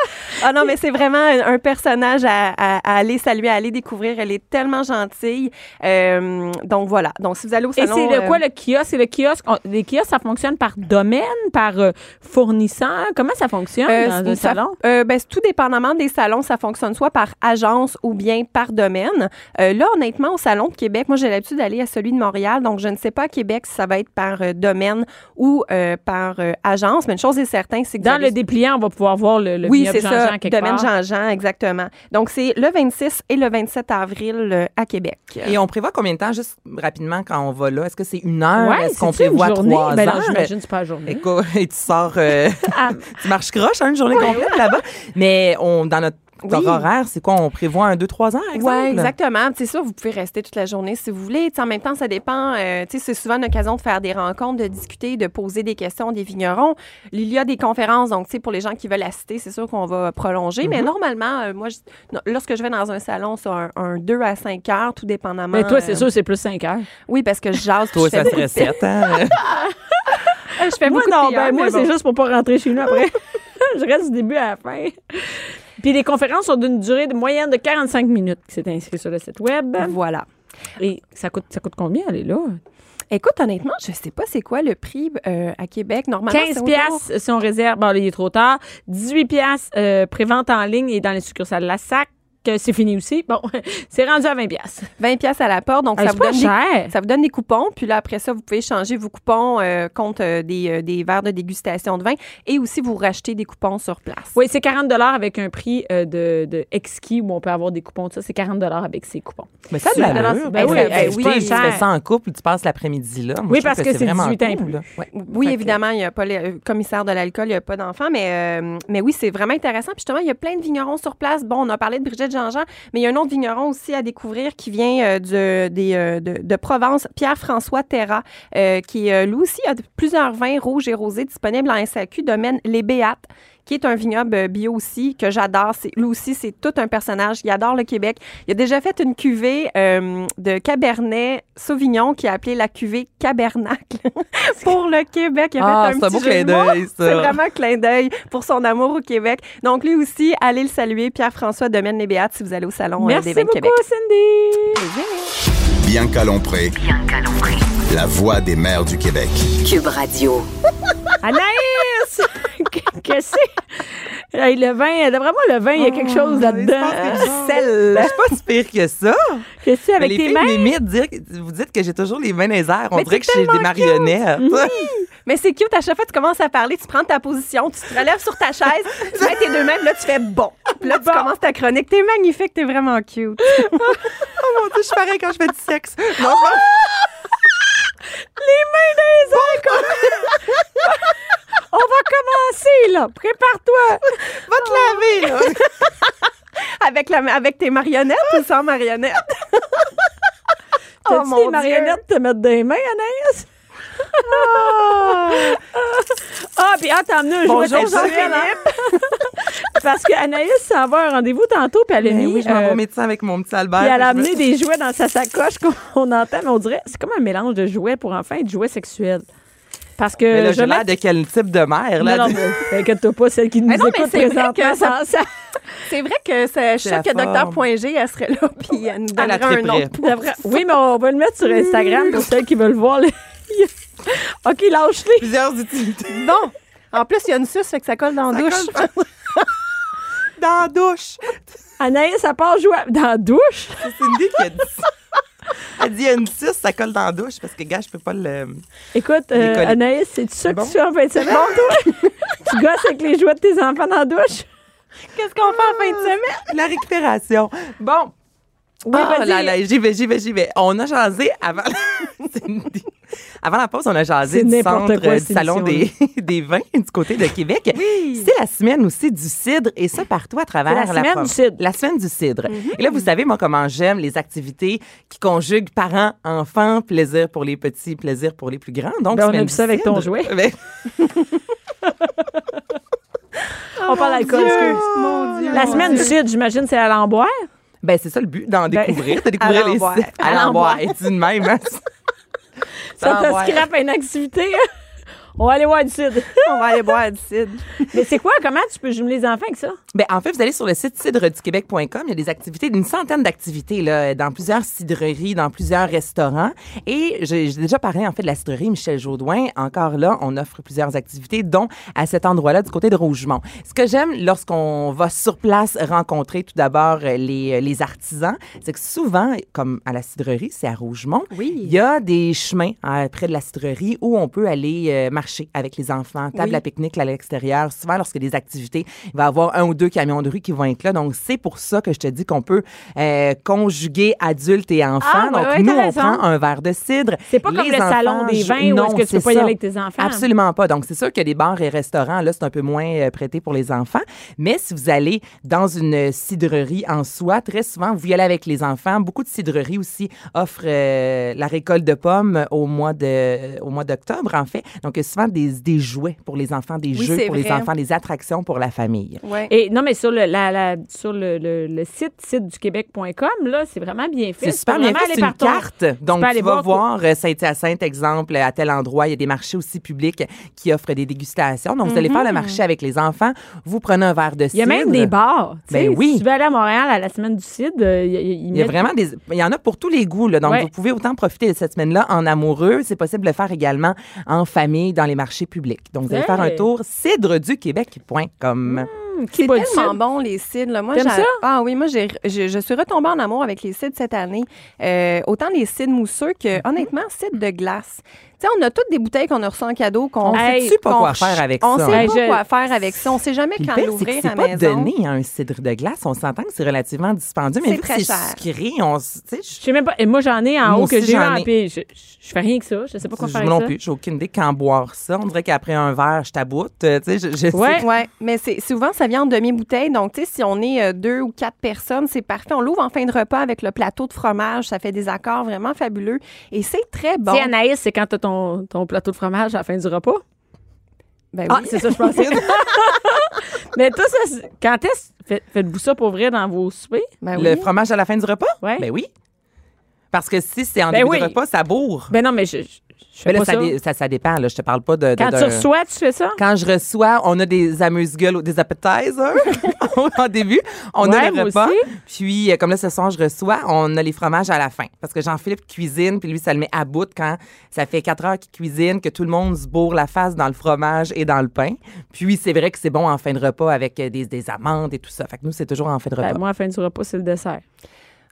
Speaker 4: Ah non, mais c'est vraiment un un personnage à, à- à aller saluer, à aller découvrir. Elle est tellement gentille. Euh, donc, voilà. Donc, si vous allez au
Speaker 3: Et
Speaker 4: salon...
Speaker 3: c'est le
Speaker 4: euh,
Speaker 3: quoi le kiosque? C'est le kiosque. on- les kiosques, ça fonctionne par domaine, par euh, fournisseur. Comment ça fonctionne
Speaker 4: Euh,
Speaker 3: dans
Speaker 4: c'est-
Speaker 3: un
Speaker 4: ça-
Speaker 3: salon?
Speaker 4: euh, ben, c'est tout dépendamment des salons, ça fonctionne soit par agence ou bien par domaine. Euh, là, honnêtement, au salon de Québec, moi, j'ai l'habitude d'aller à celui de Montréal, donc je ne sais pas à Québec si ça va être par euh, domaine ou euh, par euh, agence, mais une chose est certaine, c'est que vous
Speaker 3: Dans
Speaker 4: allez-
Speaker 3: le dépliant, on va pouvoir voir le, le
Speaker 4: oui,
Speaker 3: vignoble
Speaker 4: c'est ça,
Speaker 3: Jean-Jean quelque
Speaker 4: domaine
Speaker 3: part.
Speaker 4: Jean-Jean, exactement. Donc, c'est le 26 et le 27 avril euh, à Québec.
Speaker 5: Et on prévoit combien de temps, juste rapidement, quand on va là? Est-ce que c'est une heure? Est-ce qu'on
Speaker 3: c'est-tu une
Speaker 5: prévoit
Speaker 3: journée?
Speaker 5: trois
Speaker 3: Ben non,
Speaker 5: heures?
Speaker 3: j'imagine, c'est pas la journée.
Speaker 5: Écoute, et tu sors, euh,
Speaker 3: Ah.
Speaker 5: tu marches croche hein, une journée complète là-bas. Mais on, dans notre
Speaker 4: Oui.
Speaker 5: horaire, c'est quoi? On prévoit un, deux, trois heures, exemple?
Speaker 4: Oui, exactement. C'est sûr, vous pouvez rester toute la journée si vous voulez. Tu sais, en même temps, ça dépend. euh, tu sais, c'est souvent une occasion de faire des rencontres, de discuter, de poser des questions des vignerons. Il y a des conférences, donc tu sais, pour les gens qui veulent assister, c'est sûr qu'on va prolonger. Mais normalement, euh, moi, je- non, lorsque je vais dans un salon, c'est un, un 2 à 5 heures, tout dépendamment.
Speaker 3: Mais toi, c'est
Speaker 4: euh,
Speaker 3: sûr, c'est plus 5 heures.
Speaker 4: Oui, parce que je jase. puis
Speaker 5: Toi,
Speaker 4: je fais
Speaker 5: ça
Speaker 4: beaucoup
Speaker 5: serait
Speaker 4: de PR.
Speaker 5: sept, hein?
Speaker 4: Je fais
Speaker 3: moi,
Speaker 4: beaucoup de
Speaker 3: non,
Speaker 4: PR,
Speaker 3: ben, moi,
Speaker 4: mais
Speaker 3: c'est
Speaker 4: bon.
Speaker 3: juste pour pas rentrer chez nous après. je reste du début à la fin. Puis les conférences sont d'une durée de moyenne de 45 minutes qui s'est inscrit sur le site web.
Speaker 4: Voilà.
Speaker 3: Et ça coûte, ça coûte combien aller là?
Speaker 4: Écoute, honnêtement, je sais pas c'est quoi le prix euh, à Québec. Normalement,
Speaker 3: 15
Speaker 4: c'est autour-
Speaker 3: piastres euh, si on réserve. Bon, là, il est trop tard. 18 piastres euh, prévente en ligne et dans les succursales de la SAC. Euh, C'est fini aussi. Bon, c'est rendu à 20 piastres.
Speaker 4: 20 pièces à la porte, donc
Speaker 3: Hey, Ah,
Speaker 4: ça
Speaker 3: c'est
Speaker 4: vous
Speaker 3: pas
Speaker 4: donne des-
Speaker 3: cher.
Speaker 4: ça vous donne des coupons, puis là après ça vous pouvez changer vos coupons euh, contre euh, des, euh, des verres de dégustation de vin et aussi vous rachetez des coupons sur place.
Speaker 3: Oui, c'est 40 avec un prix euh, de, de exquis où on peut avoir des coupons. de Ça, c'est 40 avec ces coupons.
Speaker 5: Mais ça, de
Speaker 3: Alors,
Speaker 5: l'allure.
Speaker 3: ben
Speaker 5: Ben
Speaker 4: oui,
Speaker 5: oui,
Speaker 4: ben
Speaker 5: oui,
Speaker 4: oui,
Speaker 5: tu
Speaker 3: cher.
Speaker 5: fais ça en couple, tu passes l'après-midi là. Moi,
Speaker 3: Oui,
Speaker 5: je trouve
Speaker 3: parce que c'est
Speaker 5: vraiment
Speaker 3: 18 ans et
Speaker 5: cool,
Speaker 3: plus.
Speaker 5: là. Ouais.
Speaker 4: Oui,
Speaker 5: Fait que-
Speaker 4: évidemment, il n'y a pas le le commissaire de l'alcool, il n'y a pas d'enfant, mais, euh, mais oui, c'est vraiment intéressant. Puis justement, il y a plein de vignerons sur place. Bon, on a parlé de Brigitte Jean-Jean, mais il y a un autre vigneron aussi à découvrir qui vient euh, du- des, euh, de, de Provence, Pierre-François Terra, euh, qui, euh, lui aussi, a de- plusieurs vins rouges et rosés disponibles en SAQ, domaine Les Béates qui est un vignoble euh, bio aussi, que j'adore. C'est- Lui aussi, c'est tout un personnage. Il adore le Québec. Il a déjà fait une cuvée euh, de Cabernet Sauvignon qui a appelé la cuvée Cabernacle pour le Québec. Il a
Speaker 5: Ah,
Speaker 4: fait un
Speaker 5: c'est un
Speaker 4: petit jeu
Speaker 5: beau
Speaker 4: de
Speaker 5: clin
Speaker 4: mots.
Speaker 5: d'œil,
Speaker 4: C'est
Speaker 5: ça.
Speaker 4: vraiment un clin d'œil pour son amour au Québec. Donc, lui aussi, allez le saluer. Pierre-François Domaine Les Béates, si vous allez au Salon euh,
Speaker 3: Merci
Speaker 4: des Vins de
Speaker 3: beaucoup,
Speaker 4: Québec.
Speaker 3: Cindy.
Speaker 2: Bianca Lompré,
Speaker 1: Bianca Lompré.
Speaker 2: la voix des mères du Québec.
Speaker 1: Cube Radio.
Speaker 3: Anaïs! Qu'est-ce que c'est? Hey, le vin, euh, d'après moi, le vin, il y a quelque
Speaker 4: Oh,
Speaker 3: chose
Speaker 5: Oh,
Speaker 3: là-dedans.
Speaker 5: Sel. ben, Je suis pas si pire que ça.
Speaker 3: Qu'est-ce que c'est
Speaker 5: Mais
Speaker 3: avec
Speaker 5: les
Speaker 3: tes
Speaker 5: filles
Speaker 3: mains?
Speaker 5: m'imitent, dire que- vous dites que j'ai toujours les mains dans les airs. On
Speaker 4: Mais
Speaker 5: dirait que
Speaker 4: t'es
Speaker 5: je suis des
Speaker 4: tellement cute.
Speaker 5: marionnettes.
Speaker 4: Mais c'est cute, à chaque fois, tu commences à parler, tu prends ta position, tu te relèves sur ta chaise, tu mets tes deux mains, puis là, tu fais bon. Puis là, tu commences ta chronique. T'es magnifique, t'es vraiment cute.
Speaker 5: Oh mon Dieu, je suis pareil quand je fais du sexe.
Speaker 3: Oh,
Speaker 5: Non,
Speaker 3: On va commencer, là. Prépare-toi.
Speaker 5: va te laver, là.
Speaker 4: Avec, la, avec tes marionnettes ou sans marionnettes?
Speaker 3: T'as-tu
Speaker 4: Oh, mon
Speaker 3: des
Speaker 4: Dieu.
Speaker 3: marionnettes te mettre des mains, Anaïs? ah, puis ah, t'as emmené un jouet
Speaker 5: Bonjour,
Speaker 3: à Jean-Philippe. Parce que Anaïs s'en va à un rendez-vous tantôt, puis elle a
Speaker 5: Ben
Speaker 3: mis,
Speaker 5: oui, je m'en
Speaker 3: euh,
Speaker 5: vais au médecin avec mon petit Albert.
Speaker 3: puis elle a
Speaker 5: Je me-
Speaker 3: amené des jouets dans sa sacoche qu'on entend, mais on dirait c'est comme un mélange de jouets pour enfants et de jouets sexuels. Parce que
Speaker 5: Mais là,
Speaker 3: je
Speaker 5: j'ai l'air de quel type de mère, là?
Speaker 3: Non, non, mais inquiète-toi pas, celle qui nous
Speaker 4: Mais non, mais
Speaker 3: écoute
Speaker 4: c'est vrai
Speaker 3: présentement.
Speaker 4: que ça-
Speaker 3: sans- sans-
Speaker 4: C'est vrai que ça, je suis
Speaker 5: C'est
Speaker 4: sûre que
Speaker 5: la
Speaker 4: Dr.
Speaker 5: forme.
Speaker 4: Point G, elle serait là, puis elle nous
Speaker 5: Elle la
Speaker 4: donnerait un
Speaker 5: triperait.
Speaker 4: autre.
Speaker 3: D'après- Oui, mais on va le mettre sur Instagram pour celles qui veulent voir. les- OK, lâche-les.
Speaker 5: Plusieurs utilités.
Speaker 4: Bon, en plus, il y a une suce, fait que ça colle dans la douche.
Speaker 5: Dans la douche.
Speaker 3: Anaïs, à part jouer à- dans la douche.
Speaker 5: C'est Cindy qui a dit ça. Elle dit, il y a une suce, ça colle dans la douche parce que, gars, je peux pas le.
Speaker 3: Écoute,
Speaker 5: Les
Speaker 3: euh,
Speaker 5: colis.
Speaker 3: Anaïs, c'est ça
Speaker 5: bon?
Speaker 3: que tu fais en fin de semaine, toi? tu gosses avec les jouets de tes enfants dans la douche? Ah.
Speaker 4: Qu'est-ce qu'on fait en fin de semaine?
Speaker 5: La récupération. Bon. Ah,
Speaker 3: vas-y.
Speaker 5: là, là, j'y vais, j'y vais, j'y vais. On a jasé avant la... Cindy. avant la pause, on a jasé
Speaker 3: C'est
Speaker 5: du
Speaker 3: n'importe
Speaker 5: centre
Speaker 3: quoi,
Speaker 5: euh,
Speaker 3: cette
Speaker 5: du salon des, des vins du côté de Québec. C'est la semaine aussi du cidre et ça partout à travers
Speaker 3: C'est la semaine
Speaker 5: province.
Speaker 3: du cidre. Mm-hmm.
Speaker 5: La semaine du cidre. Et là, vous savez, moi, comment j'aime les activités qui conjuguent parents, enfants, plaisir pour les petits, plaisir pour les plus grands. Donc,
Speaker 3: Ben, on a
Speaker 5: semaine
Speaker 3: vu
Speaker 5: du
Speaker 3: ça avec
Speaker 5: cidre.
Speaker 3: ton jouet.
Speaker 5: Ben,
Speaker 3: On parle d'alcool, excuse.
Speaker 4: Mon Oh, Dieu.
Speaker 3: La semaine du Sud, j'imagine, c'est à l'emboire.
Speaker 5: Ben, c'est ça le but, d'en
Speaker 3: Ben,
Speaker 5: découvrir, de découvrir les
Speaker 4: l'emboire.
Speaker 5: sites.
Speaker 4: À
Speaker 5: À
Speaker 4: l'emboire.
Speaker 5: l'emboire. Et d'une même. hein.
Speaker 3: Ça te
Speaker 5: L'emboire.
Speaker 3: scrape une activité. hein? On va aller voir du Sud.
Speaker 4: On va aller boire du cidre.
Speaker 3: Mais c'est quoi? Comment tu peux jumeler les enfants avec ça?
Speaker 5: Ben, en fait, vous allez sur le site cidreduquebec.com. Il y a des activités, une centaine d'activités là, dans plusieurs cidreries, dans plusieurs restaurants. Et j'ai j'ai déjà parlé en fait de la cidrerie Michel Jaudoin. Encore là, on offre plusieurs activités, dont à cet endroit-là du côté de Rougemont. Ce que j'aime lorsqu'on va sur place rencontrer tout d'abord euh, les, les artisans, c'est que souvent, comme à la cidrerie, c'est à Rougemont,
Speaker 4: Oui.
Speaker 5: il y a des chemins euh, près de la cidrerie où on peut aller euh, marcher avec les enfants, table
Speaker 4: Oui.
Speaker 5: à pique-nique là, à l'extérieur. Souvent, lorsqu'il y a des activités, il va y avoir un ou deux camions de rue qui vont être là. Donc, c'est pour ça que je te dis qu'on peut euh, conjuguer adultes et enfants.
Speaker 3: Ah, ouais,
Speaker 5: Donc,
Speaker 3: ouais,
Speaker 5: nous,
Speaker 3: t'as
Speaker 5: on
Speaker 3: raison.
Speaker 5: prend un verre de cidre.
Speaker 3: C'est pas comme
Speaker 5: Les
Speaker 3: le salon des
Speaker 5: je-
Speaker 3: vins où
Speaker 5: non,
Speaker 3: est-ce que tu peux
Speaker 5: c'est
Speaker 3: pas y aller
Speaker 5: ça.
Speaker 3: avec tes enfants.
Speaker 5: Absolument pas. Donc, c'est sûr que les bars et restaurants, là, c'est un peu moins euh, prêté pour les enfants. Mais si vous allez dans une cidrerie en soi, très souvent, vous y allez avec les enfants. Beaucoup de cidreries aussi offrent euh, la récolte de pommes au mois de euh, au mois d'octobre, en fait. Donc, il y a souvent des, des jouets pour les enfants, des
Speaker 4: Oui,
Speaker 5: jeux
Speaker 4: c'est
Speaker 5: pour les
Speaker 4: vrai.
Speaker 5: enfants, des attractions pour la famille.
Speaker 4: Ouais.
Speaker 3: Et non, mais sur le, la, la- sur le, le, le site, siteduquebec.com, là, c'est vraiment bien fait.
Speaker 5: C'est
Speaker 3: Tu
Speaker 5: super
Speaker 3: peux
Speaker 5: bien
Speaker 3: vraiment
Speaker 5: fait,
Speaker 3: aller
Speaker 5: c'est une
Speaker 3: partout.
Speaker 5: carte. Donc,
Speaker 3: peux
Speaker 5: tu,
Speaker 3: aller
Speaker 5: vas
Speaker 3: voir quoi.
Speaker 5: voir euh, Saint-Hyacinthe, exemple, à tel endroit. Il y a des marchés aussi publics qui offrent des dégustations. Donc, vous allez faire le marché avec les enfants. Vous prenez un verre de cidre.
Speaker 3: Il y a même des bars. tu sais.
Speaker 5: Ben oui.
Speaker 3: Si tu veux aller à Montréal à la semaine du Cid, euh, il y a-
Speaker 5: Il y a
Speaker 3: mettent-
Speaker 5: vraiment des. Il y en a pour tous les goûts. Là. Donc,
Speaker 3: Ouais.
Speaker 5: vous pouvez autant profiter de cette semaine-là en amoureux. C'est possible de le faire également en famille, dans les marchés publics. Donc, vous allez
Speaker 3: Ouais.
Speaker 5: faire un tour cidreduquebec.com.
Speaker 4: C'est
Speaker 3: Pas du
Speaker 4: tellement
Speaker 3: cidre.
Speaker 4: bon, les cidres. là. Moi,
Speaker 3: T'aimes
Speaker 4: j'a-
Speaker 3: ça?
Speaker 4: Ah oui, moi, j'ai- je, je suis retombée en amour avec les cidres cette année. Euh, autant les cidres mousseux que, honnêtement, cidres de glace. Tu sais, on a toutes des bouteilles qu'on a reçues en cadeau. qu'on
Speaker 5: On
Speaker 3: Hey,
Speaker 5: sait-tu pas
Speaker 4: qu'on
Speaker 5: quoi
Speaker 4: re-
Speaker 5: faire avec
Speaker 4: On
Speaker 5: ça?
Speaker 4: sait
Speaker 5: hein?
Speaker 3: Hey,
Speaker 4: pas
Speaker 3: je-
Speaker 4: quoi faire avec ça. On sait jamais
Speaker 5: Puis
Speaker 4: quand
Speaker 5: le pire, c'est que
Speaker 4: l'ouvrir
Speaker 5: c'est
Speaker 4: à
Speaker 5: pas
Speaker 4: maison.
Speaker 5: donné à un cidre de glace. On s'entend que c'est relativement dispendieux, mais
Speaker 4: C'est
Speaker 5: vu que
Speaker 4: très
Speaker 5: c'est
Speaker 4: cher.
Speaker 5: sucré, on, s- tu sais, je-
Speaker 3: Je sais même pas. Et moi, j'en ai en
Speaker 5: Moi
Speaker 3: haut que
Speaker 5: aussi,
Speaker 3: j'ai eu
Speaker 5: j'en
Speaker 3: en
Speaker 5: ai.
Speaker 3: puis je, je- je fais rien que ça. Je sais pas quoi
Speaker 5: Je-
Speaker 3: faire
Speaker 5: moi non
Speaker 3: avec ça.
Speaker 5: plus, j'ai aucune idée quand boire ça. On dirait qu'après un verre, je taboute. euh, tu sais, je, je-
Speaker 3: Ouais.
Speaker 5: c'est-
Speaker 4: Ouais, mais c'est souvent ça vient en demi-bouteille. Donc, tu sais, si on est euh, deux ou quatre personnes, c'est parfait. On l'ouvre en fin de repas avec le plateau de fromage. Ça fait des accords vraiment fabuleux. Et c'est très bon.
Speaker 3: Tu sais, Anaïs, c'est quand t'as ton, ton plateau de fromage à la fin du repas.
Speaker 4: Ben
Speaker 3: Ah,
Speaker 4: oui.
Speaker 3: c'est ça, je pensais. Mais tout ça, c'est- quand est-ce. fait- Faites-vous ça pour vrai dans vos soupers?
Speaker 4: Ben
Speaker 5: Le
Speaker 4: oui.
Speaker 5: fromage à la fin du repas?
Speaker 3: Ouais.
Speaker 5: Ben oui. Parce que si c'est en
Speaker 3: Ben
Speaker 5: début
Speaker 3: oui.
Speaker 5: de repas, ça bourre.
Speaker 3: Ben non, mais je, je- Je fais
Speaker 5: Mais là,
Speaker 3: pas
Speaker 5: ça,
Speaker 3: ça.
Speaker 5: dé- ça, ça dépend. Là. Je te parle pas de. de-
Speaker 3: Quand tu
Speaker 5: d'un-
Speaker 3: reçois, tu fais ça?
Speaker 5: Quand je reçois, on a des amuse-gueules ou des appetizers en début. On
Speaker 3: Ouais,
Speaker 5: a le
Speaker 3: moi
Speaker 5: repas.
Speaker 3: aussi.
Speaker 5: Puis, euh, comme là, ce soir, je reçois, on a les fromages à la fin. Parce que Jean-Philippe cuisine, puis lui, ça le met à bout quand ça fait quatre heures qu'il cuisine, que tout le monde se bourre la face dans le fromage et dans le pain. Puis, c'est vrai que c'est bon en fin de repas avec euh, des, des amandes et tout ça. Fait que nous, c'est toujours en fin de repas.
Speaker 3: Ben, moi, à la fin du repas, c'est le dessert.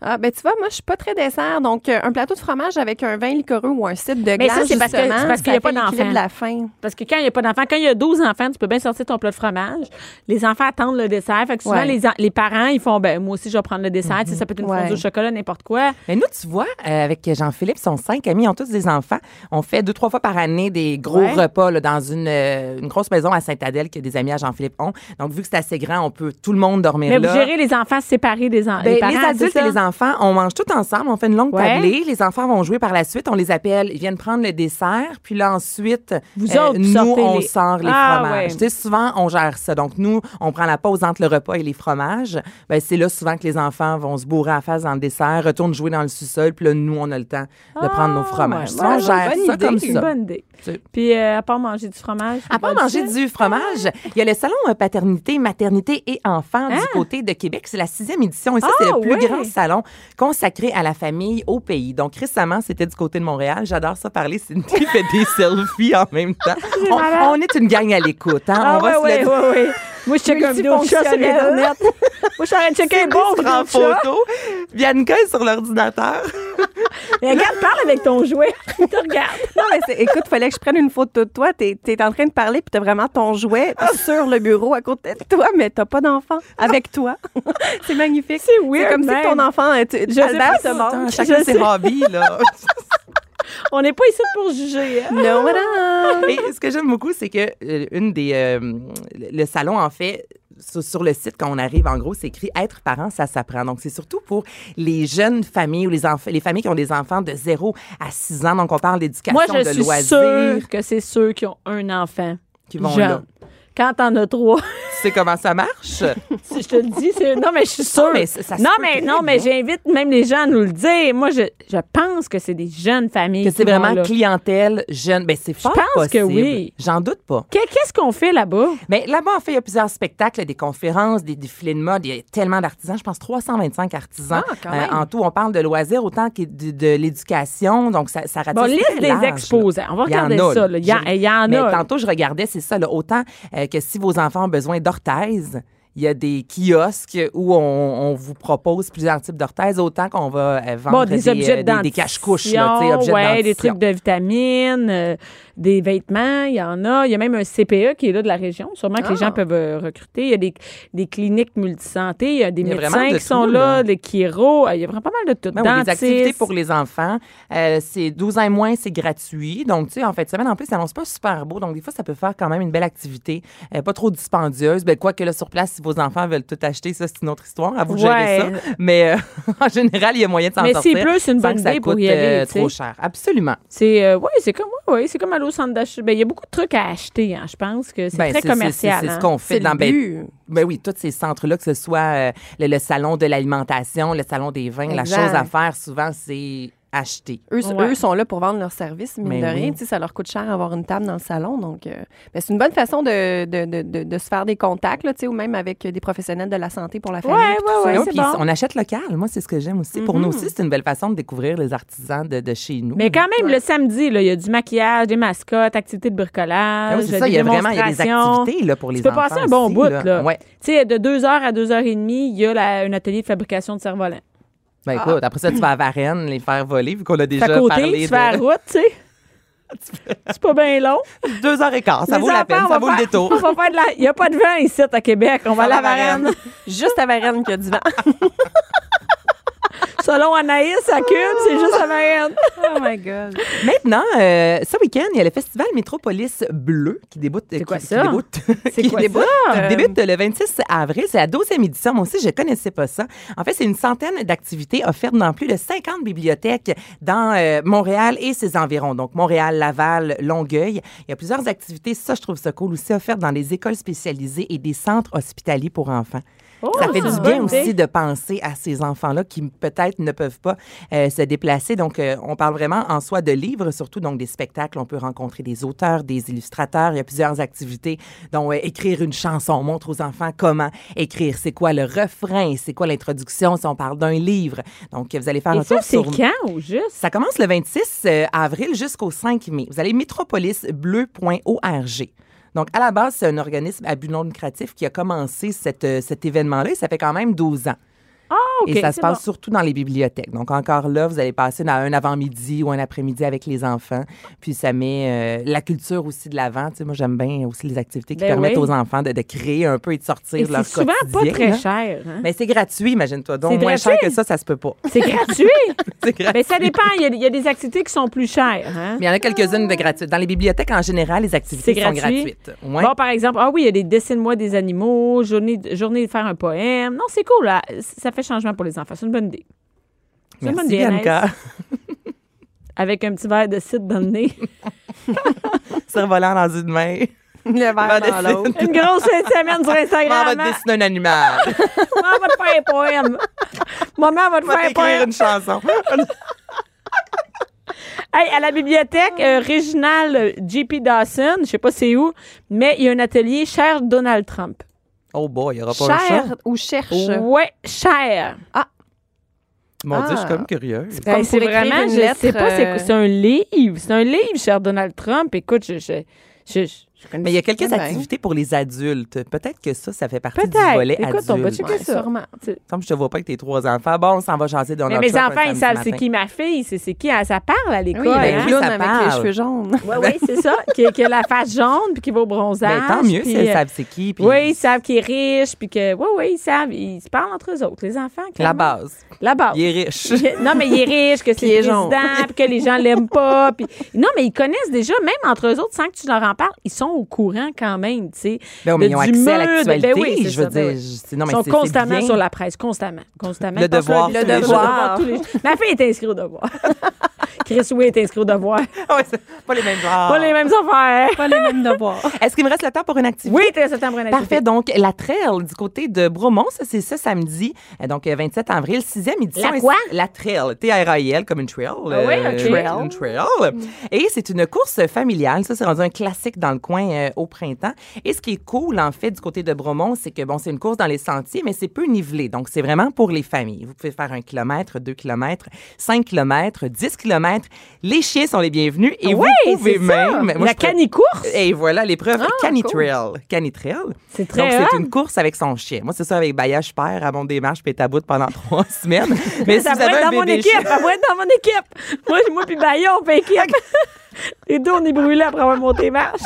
Speaker 4: Ah, ben tu vois, moi, je suis pas très dessert. Donc, euh, un plateau de fromage avec un vin liquoreux ou un site de glace,
Speaker 3: ça, c'est parce que-
Speaker 4: justement,
Speaker 3: c'est parce qu'il y a
Speaker 4: ça
Speaker 3: pas
Speaker 4: fait l'équilibre
Speaker 3: d'enfant.
Speaker 4: de la faim.
Speaker 3: Parce que quand il n'y a pas d'enfants, quand il y a 12 enfants, tu peux bien sortir ton plat de fromage. Les enfants attendent le dessert. Fait que souvent,
Speaker 4: Ouais.
Speaker 3: les, en- les parents, ils font, ben, moi aussi, je vais prendre le dessert. Tu sais, ça peut être une
Speaker 4: Ouais.
Speaker 3: fondue au chocolat, n'importe quoi.
Speaker 5: Mais nous, tu vois, euh, avec Jean-Philippe, son cinq amis, ils ont tous des enfants. On fait deux, trois fois par année des gros
Speaker 3: Ouais.
Speaker 5: repas là, dans une, euh, une grosse maison à Sainte-Adèle que des amis à Jean-Philippe ont. Donc, vu que c'est assez grand, on peut tout le monde dormir
Speaker 3: Mais
Speaker 5: là.
Speaker 3: vous gérez les enfants séparés des en-
Speaker 5: Ben,
Speaker 3: les parents.
Speaker 5: les adultes
Speaker 3: c'est
Speaker 5: et
Speaker 3: ça?
Speaker 5: les enfants, on mange tout ensemble, on fait une longue
Speaker 3: Ouais.
Speaker 5: tablée, les enfants vont jouer par la suite, on les appelle, ils viennent prendre le dessert, puis là ensuite, euh,
Speaker 3: Vous autres, vous
Speaker 5: nous,
Speaker 3: sortez
Speaker 5: on
Speaker 3: les-
Speaker 5: sort les
Speaker 3: Ah,
Speaker 5: fromages.
Speaker 3: ouais.
Speaker 5: Tu sais, souvent, on gère ça. Donc, nous, on prend la pause entre le repas et les fromages. Ben, c'est là souvent que les enfants vont se bourrer à la face dans le dessert, retournent jouer dans le sous-sol, puis là, nous, on a le temps de prendre nos fromages.
Speaker 3: Ah, ouais,
Speaker 5: Souvent, on
Speaker 3: ouais,
Speaker 5: gère
Speaker 3: bonne
Speaker 5: ça
Speaker 3: idée,
Speaker 5: comme
Speaker 3: c'est une
Speaker 5: ça.
Speaker 3: bonne idée.
Speaker 5: C'est-
Speaker 3: Puis, euh, à part manger du fromage.
Speaker 5: À part
Speaker 3: pas
Speaker 5: manger
Speaker 3: ça.
Speaker 5: du fromage, il y a le salon euh, paternité, maternité et enfants du côté de Québec. C'est la sixième édition et ça, c'est
Speaker 3: Ah,
Speaker 5: le plus
Speaker 3: ouais.
Speaker 5: grand salon consacré à la famille au pays. Donc récemment, c'était du côté de Montréal. J'adore ça parler. Cindy fait des selfies en même temps. On,
Speaker 3: malade.
Speaker 5: on est une gang à l'écoute. Hein?
Speaker 3: Ah,
Speaker 5: on
Speaker 3: ouais,
Speaker 5: va se
Speaker 3: ouais,
Speaker 5: le dire.
Speaker 3: ouais, ouais. Moi, je check un vidéo de chat sur
Speaker 4: Multifonctionnel.
Speaker 3: Internet. Moi, je suis en train de checker un bon
Speaker 5: Cindy se
Speaker 3: vidéo
Speaker 5: prend en
Speaker 3: de chat.
Speaker 5: photo. Bianca est sur l'ordinateur.
Speaker 3: Mais regarde, parle avec ton jouet. Tu regardes.
Speaker 4: Non, mais c'est- écoute, fallait que je prenne une photo de toi. T'es es en train de parler, puis t'as vraiment ton jouet
Speaker 3: Ah!
Speaker 4: sur le bureau à côté de toi, mais t'as pas d'enfant avec toi. c'est magnifique.
Speaker 3: C'est weird,
Speaker 4: C'est comme si ton
Speaker 3: même.
Speaker 4: enfant, euh, tu-
Speaker 3: sais
Speaker 4: Albert
Speaker 3: pas si-
Speaker 4: te manque.
Speaker 5: Attends,
Speaker 3: je
Speaker 5: Chacun
Speaker 3: sais.
Speaker 5: ses hobbies, là.
Speaker 3: On n'est pas ici pour juger. hein.
Speaker 4: No, madame.
Speaker 5: Et ce que j'aime beaucoup, c'est que euh, une des euh, le le salon en fait sur, sur le site quand on arrive, en gros, c'est écrit être parent, ça s'apprend. Donc c'est surtout pour les jeunes familles ou les enfants, les familles qui ont des enfants de 0 à 6 ans. Donc on parle d'éducation,
Speaker 3: Moi, je
Speaker 5: de
Speaker 3: suis
Speaker 5: loisirs,
Speaker 3: sûre que c'est ceux qui ont un enfant.
Speaker 5: qui vont
Speaker 3: jeune.
Speaker 5: là.
Speaker 3: Quand t'en as trois,
Speaker 5: Tu sais comment ça marche
Speaker 3: si je te le dis, c'est. Non, mais je suis sûre.
Speaker 5: Non, mais ça- ça se
Speaker 3: non,
Speaker 5: peut
Speaker 3: mais,
Speaker 5: très
Speaker 3: non, mais
Speaker 5: bien.
Speaker 3: j'invite même les gens à nous le dire. Moi, je, je pense que c'est des jeunes familles.
Speaker 5: Que
Speaker 3: qui
Speaker 5: c'est
Speaker 3: vont
Speaker 5: vraiment
Speaker 3: là.
Speaker 5: clientèle jeune. Ben c'est fort
Speaker 3: pense que
Speaker 5: possible.
Speaker 3: oui.
Speaker 5: J'en doute pas.
Speaker 3: Qu'est- Qu'est-ce qu'on fait là-bas?
Speaker 5: Mais là-bas, en fait, il y a plusieurs spectacles, des conférences, des défilés de mode. Il y a tellement d'artisans, je pense 325 artisans Euh,
Speaker 4: Ah, quand même.
Speaker 5: en tout. On parle de loisirs autant que de, de l'éducation, donc ça, ça ratisse
Speaker 3: Bon,
Speaker 5: très
Speaker 3: liste des
Speaker 5: large, là.
Speaker 3: exposants. On va
Speaker 5: Il y en
Speaker 3: regarder
Speaker 5: a,
Speaker 3: ça. là. Il y, en-
Speaker 5: J'ai-
Speaker 3: il y en a.
Speaker 5: Mais
Speaker 3: là.
Speaker 5: tantôt, je regardais, c'est ça, là, autant euh, que si vos enfants ont besoin d'orthèses, il y a des kiosques où on, on vous propose plusieurs types d'orthèses, autant qu'on va euh, vendre
Speaker 3: Bon, des,
Speaker 5: euh,
Speaker 3: objets de
Speaker 5: des, des cache-couches, là, tu sais, objets de
Speaker 3: ouais, des
Speaker 5: dentition.
Speaker 3: trucs de vitamines, euh, des vêtements, il y en a. Il y a même un CPE qui est là de la région, sûrement que les
Speaker 5: Ah.
Speaker 3: gens peuvent euh, recruter. Il y a des, des cliniques multisanté, il y a des
Speaker 5: Il y a
Speaker 3: médecins
Speaker 5: vraiment de
Speaker 3: qui sont
Speaker 5: tout,
Speaker 3: là,
Speaker 5: là.
Speaker 3: des chiros, euh, il y a vraiment pas mal de tout.
Speaker 5: Ben oui, les
Speaker 3: Dentistes.
Speaker 5: activités pour les enfants, euh, c'est 12 ans et moins, c'est gratuit. Donc, tu sais, en fait, semaine en plus, ça annonce pas super beau. Donc, des fois, ça peut faire quand même une belle activité, euh, pas trop dispendieuse. Ben, quoi que là, sur place, si vos enfants veulent tout acheter, ça, c'est une autre histoire. À vous de gérer
Speaker 3: Ouais.
Speaker 5: ça. Mais euh, en général, il y a moyen de s'en
Speaker 3: Mais
Speaker 5: sortir.
Speaker 3: s'il pleut, c'est une
Speaker 5: sans
Speaker 3: bonne
Speaker 5: que ça
Speaker 3: idée pour
Speaker 5: coûte,
Speaker 3: y aller,
Speaker 5: euh,
Speaker 3: tu sais.
Speaker 5: trop cher. Absolument.
Speaker 3: C'est euh, ouais, c'est comme ouais, ouais, c'est comme aller au centre d'achat. Ben, il y a beaucoup de trucs à acheter, hein, je pense que c'est
Speaker 5: Ben,
Speaker 3: très
Speaker 5: c'est-
Speaker 3: commercial.
Speaker 5: C'est c'est
Speaker 3: hein.
Speaker 5: ce qu'on fait
Speaker 4: C'est
Speaker 5: dans
Speaker 4: le
Speaker 5: ben,
Speaker 4: but.
Speaker 5: Ben oui, tous ces centres-là, que ce soit euh, le, le salon de l'alimentation, le salon des vins, la
Speaker 4: Exact.
Speaker 5: chose à faire souvent, c'est acheter.
Speaker 4: Eux,
Speaker 3: Ouais. Ben
Speaker 4: eux sont là pour vendre leurs services, mine
Speaker 5: Mais
Speaker 4: de
Speaker 5: oui.
Speaker 4: rien. Tu sais, Ça leur coûte cher avoir une table dans le salon. Donc, euh, ben, c'est une bonne façon de, de, de, de, de se faire des contacts, là, tu sais, ou même avec euh, des professionnels de la santé pour la famille.
Speaker 3: Ouais,
Speaker 4: puis tout
Speaker 3: ouais,
Speaker 4: ça.
Speaker 3: ouais.
Speaker 5: Non,
Speaker 3: c'est
Speaker 5: puis
Speaker 3: bon. Mm-hmm.
Speaker 5: On achète local. Moi, c'est ce que j'aime aussi. Pour nous aussi, c'est une belle façon de découvrir les artisans de, de chez nous.
Speaker 3: Mais quand même, le samedi, là, il y a du maquillage, des mascottes, activités de bricolage.
Speaker 5: Ah oui, c'est ça, il y a vraiment il y a des
Speaker 3: démonstrations.
Speaker 5: activités là, pour les
Speaker 3: Tu peux
Speaker 5: enfants.
Speaker 3: passer un bon
Speaker 5: aussi,
Speaker 3: bout, là.
Speaker 5: Ouais.
Speaker 3: Tu sais, de 2h à 2h30, il y a la- un atelier de fabrication de cerf-volant.
Speaker 5: Ben écoute, après ça, tu vas à Varennes les faire voler, vu qu'on a
Speaker 3: Fait
Speaker 5: déjà
Speaker 3: à Ah. côté,
Speaker 5: parlé
Speaker 3: tu fais la
Speaker 5: de...
Speaker 3: route, tu sais. C'est pas bien long.
Speaker 5: Deux heures et quart, ça
Speaker 3: Les
Speaker 5: vaut la
Speaker 3: enfants,
Speaker 5: peine,
Speaker 3: on
Speaker 5: ça
Speaker 3: va
Speaker 5: vaut
Speaker 3: faire-
Speaker 5: le détour.
Speaker 3: On va faire de la... Il n'y a pas de vent ici à Québec. On va aller à Varennes.
Speaker 4: Juste à Varennes qu'il y a du vent.
Speaker 3: Selon Anaïs, à Cube, c'est juste à Varennes.
Speaker 4: oh my God.
Speaker 5: Maintenant, euh, ce week-end, il y a le festival Métropolis Bleu qui débute. C'est
Speaker 3: quoi ça? C'est quoi
Speaker 5: débute,
Speaker 3: ça?
Speaker 5: qui euh, débute le 26 avril. C'est la 12e édition. Moi aussi, je connaissais pas ça. En fait, c'est une centaine d'activités offertes dans plus de 50 bibliothèques dans euh, Montréal et ses environs. Donc, Montréal, Laval, Longueuil. Il y a plusieurs activités. Ça, je trouve ça cool aussi, offertes dans les écoles spécialisées et des centres hospitaliers pour enfants.
Speaker 3: Oh,
Speaker 5: ça fait
Speaker 3: c'est
Speaker 5: du
Speaker 3: une
Speaker 5: bien
Speaker 3: bonne idée.
Speaker 5: aussi de penser à ces enfants-là qui peut-être ne peuvent pas euh, se déplacer. Donc, euh, on parle vraiment en soi de livres, surtout donc des spectacles. On peut rencontrer des auteurs, des illustrateurs. Il y a plusieurs activités, dont euh, écrire une chanson. On montre aux enfants comment écrire. C'est quoi le refrain? C'est quoi l'introduction si on parle d'un livre? Donc, vous allez faire
Speaker 3: Et
Speaker 5: Ah, un
Speaker 3: ça,
Speaker 5: tour
Speaker 3: c'est
Speaker 5: sur...
Speaker 3: quand au juste?
Speaker 5: Ça commence le 26 euh, avril jusqu'au 5 mai. Vous allez métropolisbleu.org. Donc, à la base, c'est un organisme à but non lucratif qui a commencé cette, euh, cet événement-là et ça fait quand même 12 ans.
Speaker 3: Ah, OK.
Speaker 5: et ça se
Speaker 3: c'est
Speaker 5: passe
Speaker 3: bon.
Speaker 5: surtout dans les bibliothèques. Donc, encore là, vous allez passer dans un avant-midi ou un après-midi avec les enfants. Puis, ça met euh, la culture aussi de l'avant. Tu sais, moi, j'aime bien aussi les activités qui
Speaker 3: Ben oui.
Speaker 5: permettent aux enfants de, de créer un peu et de sortir
Speaker 3: Et
Speaker 5: leur
Speaker 3: c'est souvent pas
Speaker 5: quotidien,
Speaker 3: très
Speaker 5: là.
Speaker 3: cher. hein?
Speaker 5: Mais c'est gratuit, imagine-toi.
Speaker 3: C'est
Speaker 5: Donc, moins cher
Speaker 3: gratuit?
Speaker 5: que ça, ça se peut pas.
Speaker 3: C'est gratuit.
Speaker 5: C'est gratuit.
Speaker 3: Mais Ben, ça dépend. Il y a- il y, a des activités qui sont plus chères. hein?
Speaker 5: Mais il y en a quelques-unes de gratuites. Dans les bibliothèques, en général, les activités
Speaker 3: C'est
Speaker 5: sont
Speaker 3: gratuit?
Speaker 5: gratuites. Ouais.
Speaker 3: Bon, par exemple, ah oui, il y a des dessine-moi des animaux, journée, journée de faire un poème. Non, c'est cool. là. Ça fait changement pour les enfants. C'est une bonne idée. C'est une bonne
Speaker 5: Merci,
Speaker 3: idée, Anaïs.
Speaker 5: Bianca.
Speaker 3: Avec un petit verre de cidre dans le nez.
Speaker 5: Survolant dans une main.
Speaker 4: Le verre
Speaker 5: Va
Speaker 4: dans
Speaker 5: dessiner.
Speaker 4: l'autre.
Speaker 3: Une grosse fin de semaine sur
Speaker 5: Maman
Speaker 3: Instagram. hein.
Speaker 5: va te dessiner un animal.
Speaker 3: Maman va te faire un poème. Maman va te
Speaker 5: On va
Speaker 3: faire un
Speaker 5: t'écrire
Speaker 3: poème.
Speaker 5: une chanson.
Speaker 3: Hey, à la bibliothèque euh, régionale JP Dawson, je sais pas c'est où, mais il y a un atelier cher Donald Trump.
Speaker 5: Oh boy, il n'y aura pas un chat.
Speaker 4: Cher ou cherche.
Speaker 3: Ouais, cher.
Speaker 5: Mon Dieu, je suis
Speaker 4: Ah.
Speaker 5: comme curieuse.
Speaker 4: Comme
Speaker 3: Ben, c'est
Speaker 4: pour écrire
Speaker 3: vraiment,
Speaker 4: une
Speaker 3: je
Speaker 4: lettre,
Speaker 3: sais pas, c'est
Speaker 4: euh,
Speaker 3: c'est un livre, c'est un livre, cher Donald Trump. Écoute, je, je, je, je- je connais
Speaker 5: Mais il y a quelques
Speaker 4: Eh ben.
Speaker 5: activités pour les adultes. Peut-être que ça, ça fait partie du volet
Speaker 3: Peut-être. Écoute,
Speaker 5: adulte.
Speaker 3: on va checker
Speaker 4: Ouais,
Speaker 3: ça.
Speaker 4: sûrement.
Speaker 3: Tu sais.
Speaker 5: Comme je te vois pas avec tes trois enfants. Bon, on s'en va jaser dans
Speaker 3: Mais
Speaker 5: notre
Speaker 3: mes
Speaker 5: shop un
Speaker 3: enfants, ils
Speaker 5: samedi
Speaker 3: savent c'est
Speaker 5: matin.
Speaker 3: qui ma fille, c'est c'est qui. elle- Ça parle à l'école.
Speaker 4: Oui,
Speaker 5: ben,
Speaker 4: la
Speaker 3: hein?
Speaker 5: oui,
Speaker 4: clown
Speaker 5: ça
Speaker 4: avec les
Speaker 5: parle.
Speaker 4: cheveux jaunes.
Speaker 3: Oui, oui, c'est ça. Qui, qui a la face jaune, puis qui va au bronzage.
Speaker 5: Ben, tant mieux
Speaker 3: puis,
Speaker 5: si elles
Speaker 3: euh,
Speaker 5: savent c'est qui. puis
Speaker 3: Oui, ils savent qu'il est riche, puis que. Oui, oui, ils savent. Ils se parlent entre eux autres, les enfants.
Speaker 5: La
Speaker 3: clairement.
Speaker 5: base.
Speaker 3: La base.
Speaker 5: Il est riche.
Speaker 3: Non, mais il est riche, que c'est le
Speaker 4: Pied jaune.
Speaker 3: président, puis que les gens l'aiment pas. Puis... Non, mais ils connaissent déjà, même entre eux autres, sans que tu leur en parles, ils sont au courant quand même, tu sais.
Speaker 5: Non, Ben mais
Speaker 3: de-
Speaker 5: ils ont
Speaker 3: du
Speaker 5: accès à
Speaker 3: mode.
Speaker 5: l'actualité.
Speaker 3: Ben oui, c'est
Speaker 5: je veux
Speaker 3: ça, ben
Speaker 5: dire,
Speaker 3: oui.
Speaker 5: je- c'est- non, mais
Speaker 3: Ils sont
Speaker 5: c'est- c'est
Speaker 3: constamment
Speaker 5: bien.
Speaker 3: sur la presse, constamment. constamment. Je
Speaker 5: Le
Speaker 3: pense que
Speaker 5: devoir,
Speaker 3: le- le
Speaker 5: tous les
Speaker 3: devoir,
Speaker 4: jours.
Speaker 3: tous les jours. Ma fille est inscrite au devoir. Chris oui est inscrite au devoir.
Speaker 5: Ouais, c'est pas les mêmes genres.
Speaker 3: Pas les mêmes affaires.
Speaker 4: Pas les mêmes devoirs.
Speaker 5: Est-ce qu'il me reste le temps pour une activité?
Speaker 3: Oui, t'es septembre en
Speaker 5: Parfait. Donc, la trail du côté de Bromont, ça, c'est ce samedi, euh, donc euh, 27 avril, 6e édition.
Speaker 3: La quoi?
Speaker 5: Et c'est- La trail. T-R-A-I-L, comme une trail. Euh,
Speaker 3: oui, un trail. Mm.
Speaker 5: Une trail. Et c'est une course familiale. Ça, c'est rendu un classique dans le coin euh, au printemps. Et ce qui est cool, en fait, du côté de Bromont, c'est que, bon, c'est une course dans les sentiers, mais c'est peu nivelé. Donc, c'est vraiment pour les familles. Vous pouvez faire un kilomètre, deux kilomètres, cinq kilomètres, dix kilomètres. Les chiens sont les bienvenus. Et
Speaker 3: Oui,
Speaker 5: vous pouvez
Speaker 3: Ah c'est ça.
Speaker 5: même... Moi,
Speaker 3: La
Speaker 5: je prép-
Speaker 3: canicourse.
Speaker 5: et voilà l'épreuve Canitrail. Canitrail.
Speaker 3: Ah, C'est très
Speaker 5: Donc,
Speaker 3: hot.
Speaker 5: c'est une course avec son chien. Moi, c'est ça avec Bayage Père, à mon démarche, puis taboute pendant trois semaines. Mais si
Speaker 3: ça
Speaker 5: vous
Speaker 3: pourrait
Speaker 5: avez
Speaker 3: être
Speaker 5: un
Speaker 3: dans mon
Speaker 5: bébé
Speaker 3: équipe.
Speaker 5: chien,
Speaker 3: Ça pourrait être dans mon équipe. Moi, moi puis Bayon, on fait équipe. Les deux, on est brûlés après avoir monté marche.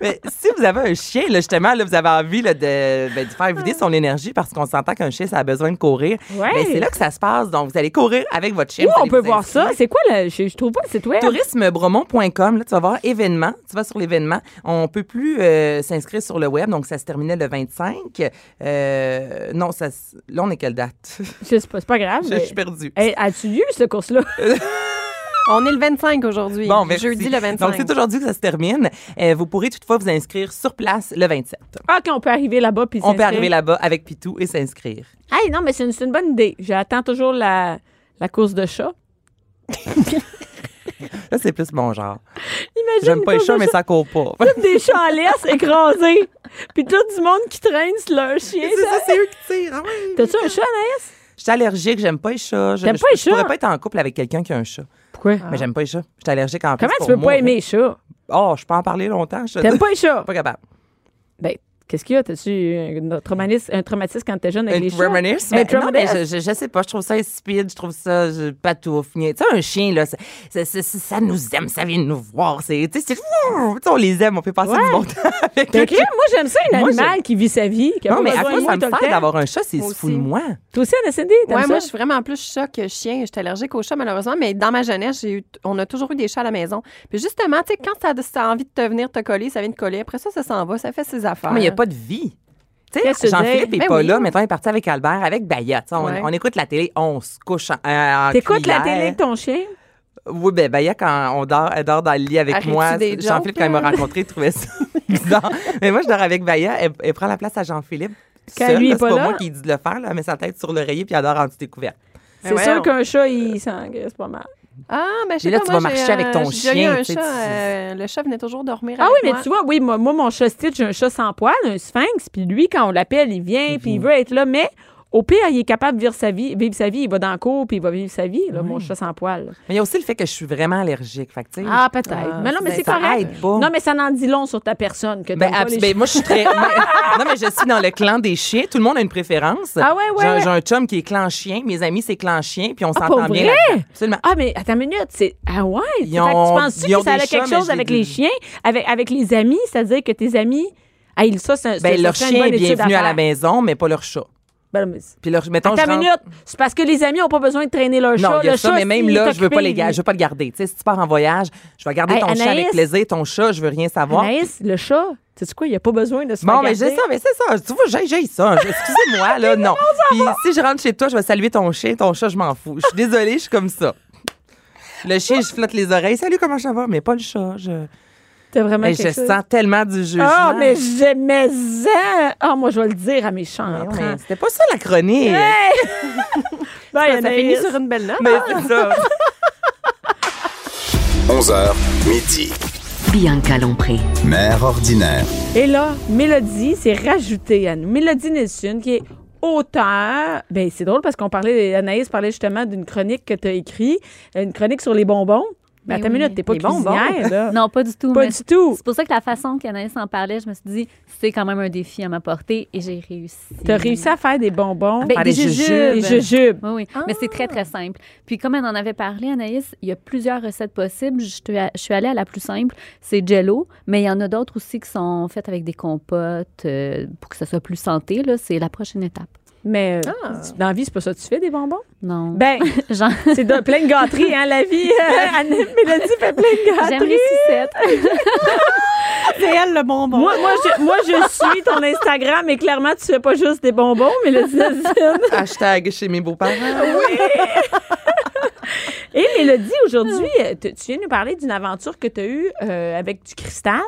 Speaker 5: mais si vous avez un chien, là, justement, là, vous avez envie là, de, ben, de faire vider son énergie parce qu'on s'entend qu'un chien, ça a besoin de courir.
Speaker 3: Ah. Ouais.
Speaker 5: Ben, c'est là que ça se passe. Donc, vous allez courir avec votre chien.
Speaker 3: Où
Speaker 5: vous
Speaker 3: on
Speaker 5: allez
Speaker 3: peut
Speaker 5: vous
Speaker 3: voir
Speaker 5: inscrire.
Speaker 3: ça? C'est quoi le. Je, je trouve pas le site web.
Speaker 5: tourismebromont.com. Là, tu vas voir événements. Tu vas sur l'événement. On peut plus euh, s'inscrire sur le web. Donc, ça se terminait le 25. Euh, non, ça, se- là, on est quelle date?
Speaker 3: Je sais pas, c'est pas grave.
Speaker 5: je,
Speaker 3: mais-
Speaker 5: suis perdue.
Speaker 3: Hey, As-tu lieu, ce course-là?
Speaker 4: On est le 25 aujourd'hui.
Speaker 5: Bon, merci.
Speaker 4: Jeudi le 25.
Speaker 5: Donc, c'est aujourd'hui que ça se termine. Euh, vous pourrez toutefois vous inscrire sur place le 27.
Speaker 3: Ah, qu'on peut arriver là-bas puis
Speaker 5: On peut
Speaker 3: s'inscrire.
Speaker 5: arriver là-bas avec Pitou et s'inscrire.
Speaker 3: Hey, non, mais c'est une, c'est une bonne idée. J'attends toujours la, la course de chat.
Speaker 5: Là, c'est plus mon genre.
Speaker 3: Imagine
Speaker 5: J'aime
Speaker 3: une
Speaker 5: pas les
Speaker 3: course
Speaker 5: chats,
Speaker 3: de
Speaker 5: mais
Speaker 3: chat.
Speaker 5: ça court pas.
Speaker 3: Des chats en laisse écrasés. Puis tout du monde qui traîne sur leur chien.
Speaker 5: C'est
Speaker 3: ça.
Speaker 5: ça, c'est eux qui tirent. Ah oui.
Speaker 3: T'as-tu un chat, Anaïs?
Speaker 5: Je suis allergique, j'aime pas les chats. Je,
Speaker 3: T'aimes
Speaker 5: je-
Speaker 3: pas les
Speaker 5: Je pourrais
Speaker 3: chats?
Speaker 5: pas être en couple avec quelqu'un qui a un chat.
Speaker 3: Pourquoi?
Speaker 5: Mais j'aime pas les chats. Je suis allergique en plus
Speaker 3: Ah. Comment tu
Speaker 5: pour
Speaker 3: peux
Speaker 5: moi.
Speaker 3: pas aimer les chats?
Speaker 5: Oh, je peux en parler longtemps. Je
Speaker 3: hein. T'aimes pas les chats?
Speaker 5: pas capable.
Speaker 3: Ben, qu'est-ce qu'il y a? T'as-tu un un traumatisme, un traumatisme quand t'es jeune avec les chats?
Speaker 5: reminisce,
Speaker 3: Un
Speaker 5: mais, non, mais
Speaker 3: traumatisme. Ben,
Speaker 5: je, je, je sais pas, je trouve ça insipide, je trouve ça je, patouf. Tu sais, un chien, là, ça, ça, ça- ça- ça nous aime, ça vient nous voir. C'est, tu sais, c'est- Ouh! Tu sais, on les aime, on peut passer
Speaker 3: Ouais.
Speaker 5: du bon temps avec
Speaker 3: Ben,
Speaker 5: eux.
Speaker 3: crime, moi, j'aime ça, un
Speaker 5: Moi,
Speaker 3: animal qui vit sa vie, qui a
Speaker 5: Non,
Speaker 3: pas
Speaker 5: mais à
Speaker 3: besoin
Speaker 5: quoi
Speaker 3: de moi
Speaker 5: ça
Speaker 3: tout
Speaker 5: me
Speaker 3: le
Speaker 5: sert
Speaker 3: temps.
Speaker 5: d'avoir un chat, c'est
Speaker 4: Moi
Speaker 5: fou de
Speaker 4: aussi.
Speaker 5: moi.
Speaker 3: Toi aussi, Anaïs Cindy, t'aimes
Speaker 4: Ouais,
Speaker 3: ça?
Speaker 4: moi, je suis vraiment plus chat que chien. J'étais allergique aux chats, malheureusement, mais dans ma jeunesse, j'ai eu, on a toujours eu des chats à la maison. Puis justement, tu sais, quand ça, ça a envie de te venir te coller, ça vient te coller. Après ça, ça s'en va, ça fait ses affaires.
Speaker 5: Non, mais il n'y a pas de vie. Tu
Speaker 3: Qu'est-ce que tu
Speaker 5: sais, Jean-Philippe
Speaker 3: dis?
Speaker 5: n'est
Speaker 4: Ben
Speaker 5: pas
Speaker 4: oui.
Speaker 5: là. Maintenant, il est parti avec Albert, avec Bayat. Tu sais, On,
Speaker 4: Ouais.
Speaker 5: on écoute la télé, on se couche en, euh, en
Speaker 3: T'écoutes la
Speaker 5: cuillère.
Speaker 3: télé avec ton chien?
Speaker 5: Oui, ben Baya, quand on dort, elle dort dans le lit avec
Speaker 4: Arrête-tu
Speaker 5: moi.
Speaker 4: des
Speaker 5: Jean-Philippe,
Speaker 3: hein?
Speaker 4: jokes,
Speaker 5: quand il m'a
Speaker 4: là?
Speaker 5: rencontré, il trouvait ça bizarre. Mais moi, je dors avec Baya, elle, elle prend la place à Jean-Philippe.
Speaker 3: Quand
Speaker 5: seul.
Speaker 3: lui
Speaker 5: là,
Speaker 3: est
Speaker 5: C'est pas,
Speaker 3: pas là.
Speaker 5: moi qui dis de le faire. Là. Elle met sa tête sur l'oreiller puis elle dort en dessous des couvertes.
Speaker 3: C'est
Speaker 4: Mais
Speaker 3: sûr
Speaker 4: voyons.
Speaker 3: qu'un chat, il s'engraisse pas mal.
Speaker 4: Ah, mais je sais
Speaker 5: Mais là,
Speaker 4: pas,
Speaker 5: tu
Speaker 4: moi,
Speaker 5: vas
Speaker 4: j'ai,
Speaker 5: marcher avec
Speaker 4: euh,
Speaker 5: ton
Speaker 4: j'ai déjà eu
Speaker 5: chien,
Speaker 4: un
Speaker 5: tu sais,
Speaker 4: chat,
Speaker 5: tu-
Speaker 4: euh, le chat venait toujours dormir
Speaker 3: Ah
Speaker 4: avec
Speaker 3: oui, mais
Speaker 4: moi.
Speaker 3: tu vois, oui, moi, moi, mon chat Stitch, j'ai un chat sans poil, un sphinx, puis lui, quand on l'appelle, il vient, puis il veut être là, mais au pire, il est capable de vivre sa vie, vivre sa vie, il va dans le cours, puis il va vivre sa vie, là, mon chat sans poil.
Speaker 5: Mais il y a aussi le fait que je suis vraiment allergique. Fait que, tu sais,
Speaker 3: Ah, peut-être.
Speaker 5: Ah,
Speaker 3: mais non, mais
Speaker 5: ben,
Speaker 3: c'est
Speaker 5: ça
Speaker 3: correct.
Speaker 5: aide pas.
Speaker 3: Non, mais ça n'en dit long sur ta personne que t'aimes
Speaker 5: Ben,
Speaker 3: pas
Speaker 5: abs-
Speaker 3: les
Speaker 5: ben, moi, je suis très. mais- non, mais je suis dans le clan des chiens. Tout le monde a une préférence.
Speaker 3: Ah ouais, ouais,
Speaker 5: J'ai un-
Speaker 3: ouais.
Speaker 5: J'ai un chum qui est clan chien. Mes amis, c'est clan chien. Puis on
Speaker 3: Ah,
Speaker 5: s'entend
Speaker 3: pour
Speaker 5: bien.
Speaker 3: vrai?
Speaker 5: là-dedans. Absolument.
Speaker 3: Ah, mais attends une minute, c'est. Ah ouais? c'est-
Speaker 5: Ils
Speaker 3: fait que
Speaker 5: ont-
Speaker 3: tu penses-tu
Speaker 5: ils
Speaker 3: que
Speaker 5: ont
Speaker 3: ça a
Speaker 5: des
Speaker 3: quelque
Speaker 5: chats, mais
Speaker 3: chose
Speaker 5: je
Speaker 3: avec
Speaker 5: les-
Speaker 3: les chiens, avec, avec les amis? C'est-à-dire que tes amis. Ah, il- ça, c'est un-
Speaker 5: Ben,
Speaker 3: ça
Speaker 5: leur
Speaker 3: serait une
Speaker 5: chien est
Speaker 3: bonne étude
Speaker 5: bienvenu à la
Speaker 3: faire.
Speaker 5: maison, mais pas leur chat.
Speaker 3: Ben, mais c'est-
Speaker 5: Puis leur, mettons, je
Speaker 3: Attends une
Speaker 5: rentre-
Speaker 3: minute, c'est parce que les amis n'ont pas besoin de traîner leur
Speaker 5: Non,
Speaker 3: chat.
Speaker 5: il y a
Speaker 3: le
Speaker 5: ça,
Speaker 3: chat,
Speaker 5: mais même
Speaker 3: s'il est
Speaker 5: là, je veux pas
Speaker 3: occupé,
Speaker 5: les ga-
Speaker 3: il-
Speaker 5: je veux pas le garder. Tu sais, si tu pars en voyage, je vais garder
Speaker 3: Hey,
Speaker 5: ton chien
Speaker 3: Anaïs.
Speaker 5: avec plaisir, ton chat, je veux rien savoir.
Speaker 3: Anaïs, le chat, tu sais quoi, il n'y a pas besoin de se
Speaker 5: Bon, ben,
Speaker 3: faire
Speaker 5: mais j'ai
Speaker 3: garder.
Speaker 5: ça, mais c'est ça. Tu vois, j'ai, j'ai ça. Je- Excusez-moi, là, non. Puis si je rentre chez toi, je vais saluer ton chien. Ton chat, je m'en fous. Je suis désolée, je suis comme ça. Le chien, je flotte les oreilles. Salut, comment ça va? Mais pas le chat. Je,
Speaker 3: T'as vraiment
Speaker 5: Hey,
Speaker 3: quelque
Speaker 5: Ben, je
Speaker 3: chose.
Speaker 5: sens tellement du jugement.
Speaker 3: Ah, mais j'aimais ça. Ah, moi, je vais le dire à mes Ben, chants.
Speaker 5: Non,
Speaker 3: en
Speaker 5: Ben, mais
Speaker 3: train.
Speaker 5: C'était pas ça la chronique.
Speaker 3: Bye,
Speaker 4: Ça
Speaker 3: Anaïs.
Speaker 4: finit sur une belle note.
Speaker 5: Mais c'est ça.
Speaker 2: 11h, midi.
Speaker 1: Bianca Lompré.
Speaker 2: Mère ordinaire.
Speaker 3: Et là, Mélodie s'est rajoutée à nous. Mélodie Nelson, qui est auteur. Ben, c'est drôle parce qu'on parlait, Anaïs parlait justement d'une chronique que tu as écrite, une chronique sur les bonbons. Mais
Speaker 6: Ben
Speaker 3: attends
Speaker 6: oui.
Speaker 3: une minute, t'es pas
Speaker 4: Les bonbons.
Speaker 3: cuisinière, là.
Speaker 6: Non, pas du tout.
Speaker 3: Pas
Speaker 6: mais
Speaker 3: du tout.
Speaker 6: C'est pour ça que la façon qu'Anaïs en parlait, je me suis dit, c'est quand même un défi à m'apporter et j'ai réussi.
Speaker 3: T'as réussi à faire des bonbons.
Speaker 6: Avec
Speaker 5: Faire
Speaker 6: Ben, des
Speaker 5: des jujubes.
Speaker 6: jujubes.
Speaker 3: Des jujubes.
Speaker 6: Oui, oui. Mais c'est très, très simple. Puis, comme elle en avait parlé, Anaïs, il y a plusieurs recettes possibles. Je, te- je suis allée à la plus simple, c'est Jello, mais il y en a d'autres aussi qui sont faites avec des compotes euh, pour que ça soit plus santé. là. C'est la prochaine étape.
Speaker 3: Mais euh,
Speaker 4: Ah.
Speaker 3: dans la vie, c'est pas ça que tu fais, des bonbons?
Speaker 6: Non.
Speaker 3: Ben,
Speaker 6: J'en-
Speaker 3: c'est de- plein de gâteries, hein, la vie. Anne- Mélodie fait plein de
Speaker 6: J'aime
Speaker 3: gâteries.
Speaker 6: les sucettes.
Speaker 4: C'est elle le bonbon.
Speaker 3: Moi, moi, je, moi, je suis ton Instagram et clairement, tu fais pas juste des bonbons, Mélodie Nelson.
Speaker 5: Hashtag chez mes beaux-parents.
Speaker 3: Et Mélodie, aujourd'hui, euh, tu tu viens nous parler d'une aventure que tu as eue euh, avec du cristal.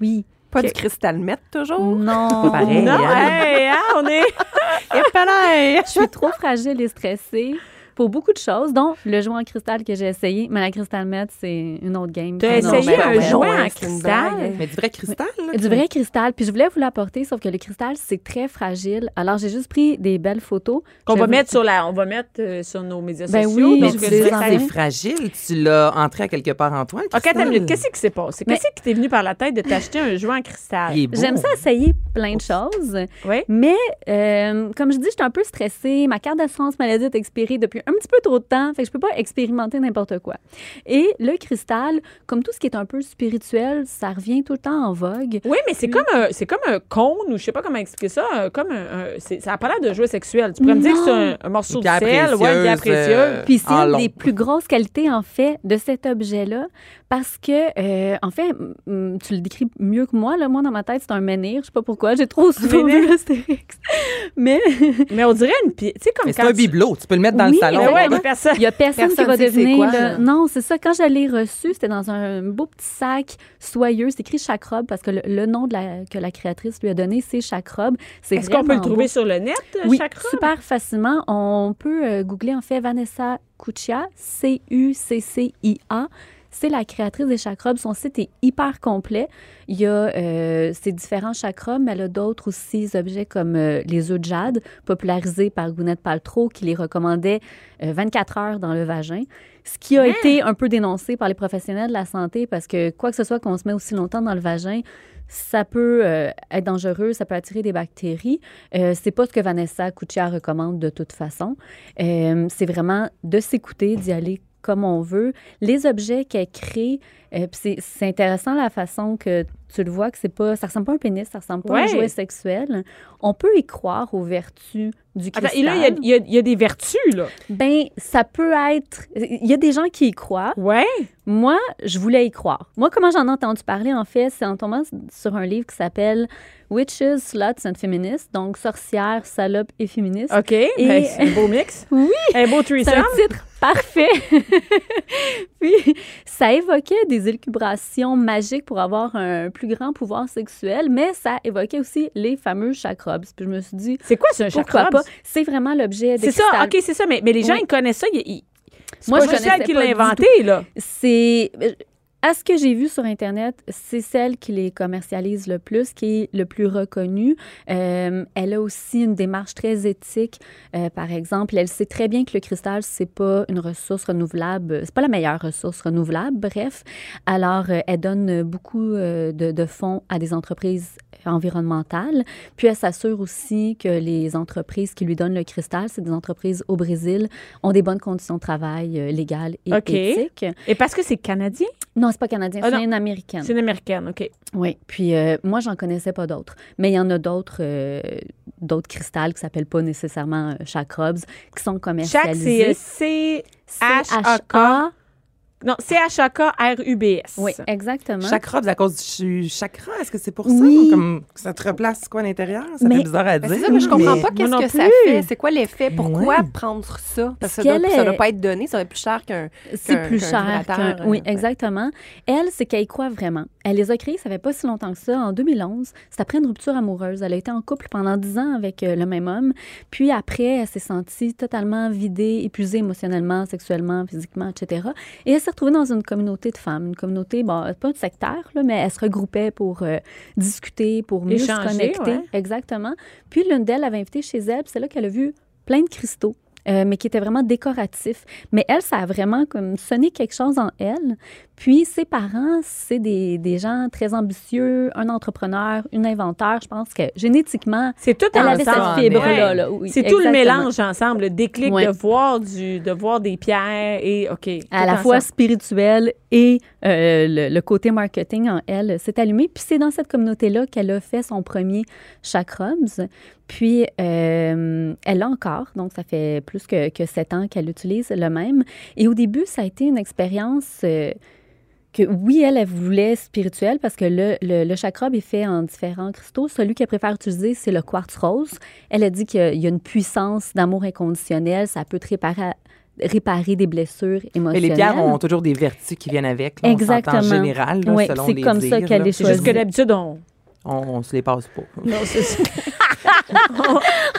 Speaker 6: Oui.
Speaker 4: Pas
Speaker 3: Ok.
Speaker 4: du cristal mètre toujours.
Speaker 6: Non.
Speaker 5: Pareil. Hey,
Speaker 3: non,
Speaker 5: Anne.
Speaker 3: hey, hein, on est.
Speaker 4: Et pareil.
Speaker 6: Je suis trop fragile et stressée pour beaucoup de choses, dont le jouet en cristal que j'ai essayé, mais la cristal meth, c'est une autre game.
Speaker 3: Tu as
Speaker 6: Non,
Speaker 3: essayé
Speaker 6: ben,
Speaker 3: un
Speaker 6: ouais.
Speaker 3: jouet
Speaker 4: ouais,
Speaker 3: en
Speaker 4: c'est une
Speaker 3: cristal.
Speaker 4: blague.
Speaker 5: Mais du vrai cristal, là.
Speaker 6: Du vrai cristal. Puis je voulais vous l'apporter, sauf que le cristal, c'est très fragile. Alors, j'ai juste pris des belles photos.
Speaker 3: Qu'on
Speaker 6: Je
Speaker 3: va
Speaker 6: vous-
Speaker 3: mettre sur la, on va metmettre euh, sur nos médias
Speaker 6: Ben
Speaker 3: sociaux.
Speaker 6: oui,
Speaker 3: donc,
Speaker 6: je
Speaker 3: euh,
Speaker 6: voulais
Speaker 3: ça-
Speaker 6: en
Speaker 5: C'est fragile. Tu l'as entré à quelque part en toi. le
Speaker 3: Ok,
Speaker 5: cristal.
Speaker 3: attends une minute. Qu'est-ce qui s'est passé?
Speaker 6: Mais-
Speaker 3: Qu'est-ce qui t'est venu par la tête de t'acheter un jouet en cristal?
Speaker 5: Il est beau.
Speaker 6: J'aime ça essayer plein de choses,
Speaker 3: Oui.
Speaker 6: mais euh, comme je dis, je suis un peu stressée. Ma carte d'assurance maladie est expirée depuis un petit peu trop de temps, fait que je peux pas expérimenter n'importe quoi. Et le cristal, comme tout ce qui est un peu spirituel, ça revient tout le temps en vogue.
Speaker 3: Oui, mais c'est
Speaker 6: Oui.
Speaker 3: comme, un- c'est comme un cône, ou je sais pas comment expliquer ça, un- comme un, un- c'est- ça a pas l'air de jouet sexuel. Tu pourrais me dire que c'est un, un morceau
Speaker 5: Une
Speaker 3: de
Speaker 5: pierre
Speaker 3: sel, ouais, une pierre
Speaker 5: précieuse,
Speaker 3: précieuse.
Speaker 5: euh,
Speaker 6: Puis c'est
Speaker 5: en
Speaker 6: une
Speaker 5: long.
Speaker 6: des plus grosses qualités, en fait, de cet objet-là, parce que, euh, en fait, m- m- tu le décris mieux que moi. Là. Moi, dans ma tête, c'est un menhir. Je sais pas pourquoi. J'ai trop souvent
Speaker 3: Menhir.
Speaker 6: vu Astérix. Mais
Speaker 3: Mais on dirait une pièce, tu sais, comme
Speaker 5: euh. Mais C'est
Speaker 3: quand
Speaker 5: un
Speaker 3: tu-
Speaker 5: bibelot. Tu peux le mettre dans le
Speaker 6: Oui,
Speaker 5: salon.
Speaker 3: Mais ouais,
Speaker 6: Exactement.
Speaker 3: des personnes.
Speaker 6: il n'y a personne,
Speaker 4: Personne
Speaker 6: qui va
Speaker 4: sait c'est
Speaker 6: devenir.
Speaker 4: quoi,
Speaker 6: là.
Speaker 4: là.
Speaker 6: Non, c'est ça. Quand je l'ai reçu, c'était dans un beau petit sac soyeux. C'est écrit Chakrobe parce que le, le nom de la, que la créatrice lui a donné, c'est Chakrobe. C'est
Speaker 3: Est-ce qu'on peut le
Speaker 6: vraiment
Speaker 3: trouver
Speaker 6: beau.
Speaker 3: sur le net, euh,
Speaker 6: Oui,
Speaker 3: chaque robe?
Speaker 6: super facilement. On peut euh, googler en fait Vanessa Cuccia, C-U-C-C-I-A. C'est la créatrice des chakrobes. Son site est hyper complet. Il y a euh, ses différents chakrobes, mais elle a d'autres aussi objets comme euh, les œufs de jade, popularisés par Gwyneth Paltrow, qui les recommandait euh, 24 heures dans le vagin. Ce qui a été un peu dénoncé par les professionnels de la santé parce que quoi que ce soit qu'on se met aussi longtemps dans le vagin, ça peut euh, être dangereux, ça peut attirer des bactéries. Euh, c'est pas ce que Vanessa Cuccia recommande de toute façon. Euh, c'est vraiment de s'écouter, d'y aller comme on veut. Les objets qu'elle crée, euh, puis c'est, c'est intéressant la façon que tu le vois, que c'est pas, ça ressemble pas à un pénis, ça ressemble pas à
Speaker 3: Ouais.
Speaker 6: un jouet sexuel. On peut y croire aux vertus du cristal.
Speaker 3: Attends, et là, il y a- il y, a- il y a des vertus, là.
Speaker 6: Ben, ça peut être... Il y a des gens qui y croient.
Speaker 3: Ouais.
Speaker 6: Moi, je voulais y croire. Moi, comment j'en ai entendu parler, en fait, c'est en tombant sur un livre qui s'appelle Witches, Sluts and Feminists, donc sorcières, salopes et féministes.
Speaker 3: OK. ben, c'est un beau mix.
Speaker 6: Oui.
Speaker 3: Un beau
Speaker 6: C'est un
Speaker 3: threesome.
Speaker 6: titre parfait. Puis, ça évoquait des élucubrations magiques pour avoir un plus plus grand pouvoir sexuel, mais ça évoquait aussi les fameux chakras. Puis je me suis dit,
Speaker 3: C'est quoi ce
Speaker 6: pourquoi
Speaker 3: chakra?
Speaker 6: pas? C'est vraiment l'objet des
Speaker 3: C'est ça, OK, c'est ça. Mais, mais les gens,
Speaker 6: Oui.
Speaker 3: ils connaissent ça. Ils, ils- c'est
Speaker 6: Moi,
Speaker 3: pas
Speaker 6: je
Speaker 3: juste
Speaker 6: connaissais
Speaker 3: elle qui
Speaker 6: pas
Speaker 3: l'a
Speaker 6: du
Speaker 3: inventé, là.
Speaker 6: C'est. euh, À ce que j'ai vu sur Internet, c'est celle qui les commercialise le plus, qui est le plus reconnue. Euh, elle a aussi une démarche très éthique. Euh, par exemple, elle sait très bien que le cristal, c'est pas une ressource renouvelable, c'est pas la meilleure ressource renouvelable, bref. Alors, euh, elle donne beaucoup euh, de, de fonds à des entreprises environnementales. Puis, elle s'assure aussi que les entreprises qui lui donnent le cristal, c'est des entreprises au Brésil, ont des bonnes conditions de travail euh, légales et
Speaker 3: OK.
Speaker 6: éthiques.
Speaker 3: Et parce que c'est canadien?
Speaker 6: Non, c'est pas canadien,
Speaker 3: Ah, non.
Speaker 6: c'est une américaine.
Speaker 3: C'est une américaine, OK.
Speaker 6: Oui. Puis euh, moi, j'en connaissais pas d'autres. Mais il y en a d'autres, euh, d'autres cristals qui s'appellent pas nécessairement euh, Chacrobs, qui sont
Speaker 3: Chaque, c'est
Speaker 6: commercialisés.
Speaker 3: C...
Speaker 6: C-H-A.
Speaker 3: Non, C-H-A-K-R-U-B-S.
Speaker 6: Oui, exactement.
Speaker 5: Chakra, à cause du ch- chakra, est-ce que c'est pour ça?
Speaker 6: Oui.
Speaker 5: Comme, ça te replace quoi à l'intérieur? Ça
Speaker 6: Mais-
Speaker 5: fait bizarre à dire.
Speaker 4: c'est ça, mais je comprends
Speaker 5: mais-
Speaker 4: pas qu'est-ce
Speaker 3: non
Speaker 4: que ça
Speaker 3: plus.
Speaker 4: fait. C'est quoi l'effet? Pourquoi
Speaker 5: Ouais.
Speaker 4: prendre ça? Parce que
Speaker 6: Parce
Speaker 4: ça doit,
Speaker 6: qu'elle
Speaker 4: ça doit
Speaker 6: est-
Speaker 4: pas être donné, ça va être plus cher qu'un.
Speaker 6: C'est
Speaker 4: qu'un-
Speaker 6: plus
Speaker 4: qu'un
Speaker 6: cher.
Speaker 4: vibrateur,
Speaker 6: qu'un- Oui,
Speaker 4: euh, ouais.
Speaker 6: exactement. Elle, c'est qu'elle y croit vraiment. Elle les a créés, ça fait pas si longtemps que ça, en 2011. C'est après une rupture amoureuse. Elle a été en couple pendant 10 ans avec euh, le même homme. Puis après, elle s'est sentie totalement vidée, épuisée émotionnellement, sexuellement, physiquement, etc. Et elle s'est retrouvée dans une communauté de femmes. Une communauté, bon, pas de sectaire, là, mais elle se regroupait pour euh, discuter, pour mieux
Speaker 3: Échanger,
Speaker 6: se connecter.
Speaker 3: ouais.
Speaker 6: Exactement. Puis l'une d'elles l'avait invitée chez elle. puis C'est là qu'elle a vu plein de cristaux. euh, mais qui étaient vraiment décoratifs. Mais elle, ça a vraiment comme sonné quelque chose en elle. Puis ses parents, c'est des, des gens très ambitieux, un entrepreneur, une inventeur. Je pense que génétiquement,
Speaker 3: C'est tout
Speaker 6: elle
Speaker 3: ensemble.
Speaker 6: avait
Speaker 5: ça en
Speaker 6: cette fibre-là.
Speaker 3: elle.
Speaker 6: là, oui,
Speaker 3: c'est tout le
Speaker 6: exactement.
Speaker 3: mélange ensemble, le déclic
Speaker 6: Ouais.
Speaker 3: de, voir du, de voir des pierres et OK.
Speaker 6: à la fois spirituelle et euh, le, le côté marketing en elle s'est allumé. Puis c'est dans cette communauté-là qu'elle a fait son premier Chakrams. Puis euh, elle l'a encore, donc ça fait plus que, que sept ans qu'elle utilise le même. Et au début, ça a été une expérience... euh, que oui, elle, elle voulait spirituelle parce que le, le, le chakra est fait en différents cristaux. Celui qu'elle préfère utiliser, c'est le quartz rose. Elle a dit qu'il y a une puissance d'amour inconditionnel. Ça peut te réparer, à- réparer des blessures
Speaker 5: Mais
Speaker 6: émotionnelles.
Speaker 5: les pierres ont toujours des vertus qui viennent avec. là, on s'entend
Speaker 6: Exactement.
Speaker 5: En général, là,
Speaker 6: Oui,
Speaker 5: selon
Speaker 6: c'est
Speaker 5: les
Speaker 6: comme ça
Speaker 5: dires,
Speaker 6: qu'elle
Speaker 5: là.
Speaker 6: les
Speaker 3: C'est juste que
Speaker 6: choisit.
Speaker 3: d'habitude, on,
Speaker 5: On, on se les passe pas.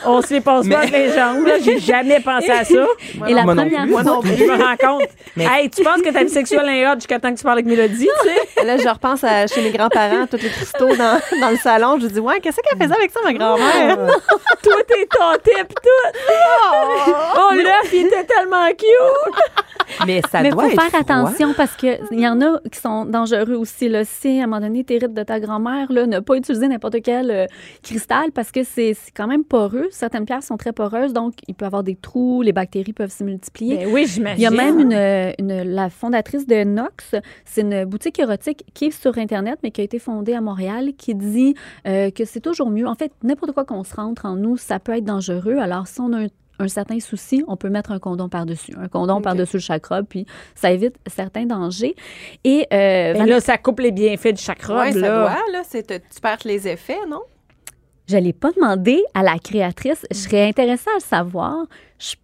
Speaker 3: on se les passe pas avec les jambes. là. J'ai jamais pensé à ça.
Speaker 6: Et la
Speaker 5: Moi non
Speaker 6: première
Speaker 5: plus.
Speaker 6: fois,
Speaker 3: Je me rends compte.
Speaker 5: Mais-
Speaker 3: Hey, tu penses que t'as bisexuel et hot jusqu'à temps que tu parles avec Mélodie, tu sais?
Speaker 4: Là, je repense à chez mes grands-parents, tous les cristaux dans, dans le salon. Je dis, ouais, qu'est-ce qu'elle faisait avec ça, ma grand-mère?
Speaker 3: Toi, t'es tenté pis tout. Oh, l'œuf, il était tellement cute.
Speaker 5: Mais ça
Speaker 6: Ah, Mais
Speaker 5: doit
Speaker 6: faut
Speaker 5: être
Speaker 6: faire
Speaker 5: froid.
Speaker 6: attention parce qu'il y en a qui sont dangereux aussi. Là. Si à un moment donné, tu de ta grand-mère, là, ne pas utiliser n'importe quel euh, cristal parce que c'est c'est quand même poreux. Certaines pierres sont très poreuses, donc il peut y avoir des trous, les bactéries peuvent se multiplier.
Speaker 3: Ben oui, j'imagine.
Speaker 6: Il y a même une, une- la fondatrice de Nox, c'est une boutique érotique qui est sur Internet, mais qui a été fondée à Montréal, qui dit euh, que c'est toujours mieux. En fait, n'importe quoi qu'on se rentre en nous, ça peut être dangereux. Alors, si on a un, un certain souci, on peut mettre un condom par-dessus. Un condom
Speaker 4: Ok.
Speaker 6: par-dessus le chakra, puis ça évite certains dangers. Et euh,
Speaker 3: Ben là, ça coupe les bienfaits du chakra.
Speaker 4: Ouais, ça
Speaker 3: là.
Speaker 4: doit, là. C'est, euh, tu perds les effets, non?
Speaker 6: Je l'ai pas demandé à la créatrice. Je serais intéressée à le savoir. Je-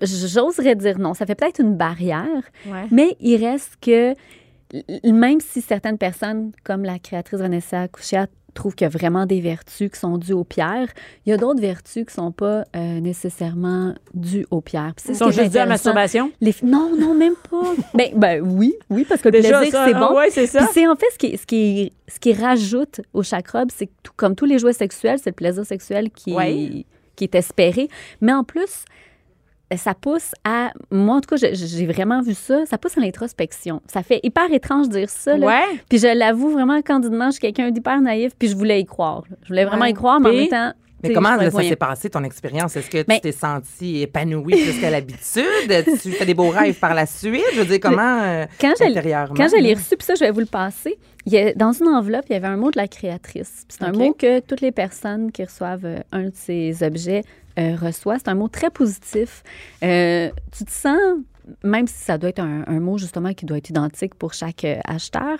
Speaker 6: J'oserais dire non. Ça fait peut-être une barrière,
Speaker 3: Ouais.
Speaker 6: mais il reste que, l- l- même si certaines personnes, comme la créatrice Vanessa Couchat, trouvent qu'il y a vraiment des vertus qui sont dues aux pierres, il y a d'autres vertus qui sont pas euh, nécessairement dues aux pierres. Puis c'est
Speaker 3: Ils
Speaker 6: ce
Speaker 3: sont
Speaker 6: qui est
Speaker 3: juste dus à la
Speaker 6: intéressant.
Speaker 3: masturbation.
Speaker 6: Les fi- Non, non, même pas. ben, ben oui, oui, parce que le plaisir,
Speaker 3: ça,
Speaker 6: c'est
Speaker 3: ah
Speaker 6: bon.
Speaker 3: ouais, c'est ça.
Speaker 6: Puis c'est en fait ce qui, ce qui, ce qui rajoute au chakra, c'est que tout- comme tous les jouets sexuels, c'est le plaisir sexuel qui,
Speaker 3: Ouais.
Speaker 6: qui est espéré. Mais en plus, ça pousse à. Moi, en tout cas, je- j'ai vraiment vu ça. Ça pousse à l'introspection. Ça fait hyper étrange de dire ça. là.
Speaker 3: Ouais.
Speaker 6: Puis je l'avoue vraiment candidement, je suis quelqu'un d'hyper naïf, puis je voulais y croire. là. Je voulais vraiment
Speaker 4: Ouais.
Speaker 6: y croire, mais
Speaker 3: Puis-
Speaker 6: en même temps. tu
Speaker 5: Mais
Speaker 6: sais,
Speaker 5: comment
Speaker 6: je
Speaker 5: là, ça
Speaker 6: trouvais
Speaker 5: s'est passé, ton expérience? Est-ce que
Speaker 6: Mais-
Speaker 5: tu t'es senti épanouie plus qu'à l'habitude? tu fais des beaux rêves par la suite? Je veux dire, comment euh,
Speaker 6: Quand je-
Speaker 5: intérieurement?
Speaker 6: Quand je l'ai reçu, puis ça, je vais vous le passer, il y a- dans une enveloppe, il y avait un mot de la créatrice. Puis C'est un
Speaker 4: OK.
Speaker 6: mot que toutes les personnes qui reçoivent euh, un de ces objets euh, reçoivent. C'est un mot très positif. Euh, tu te sens, même si ça doit être un, un mot justement qui doit être identique pour chaque euh, acheteur,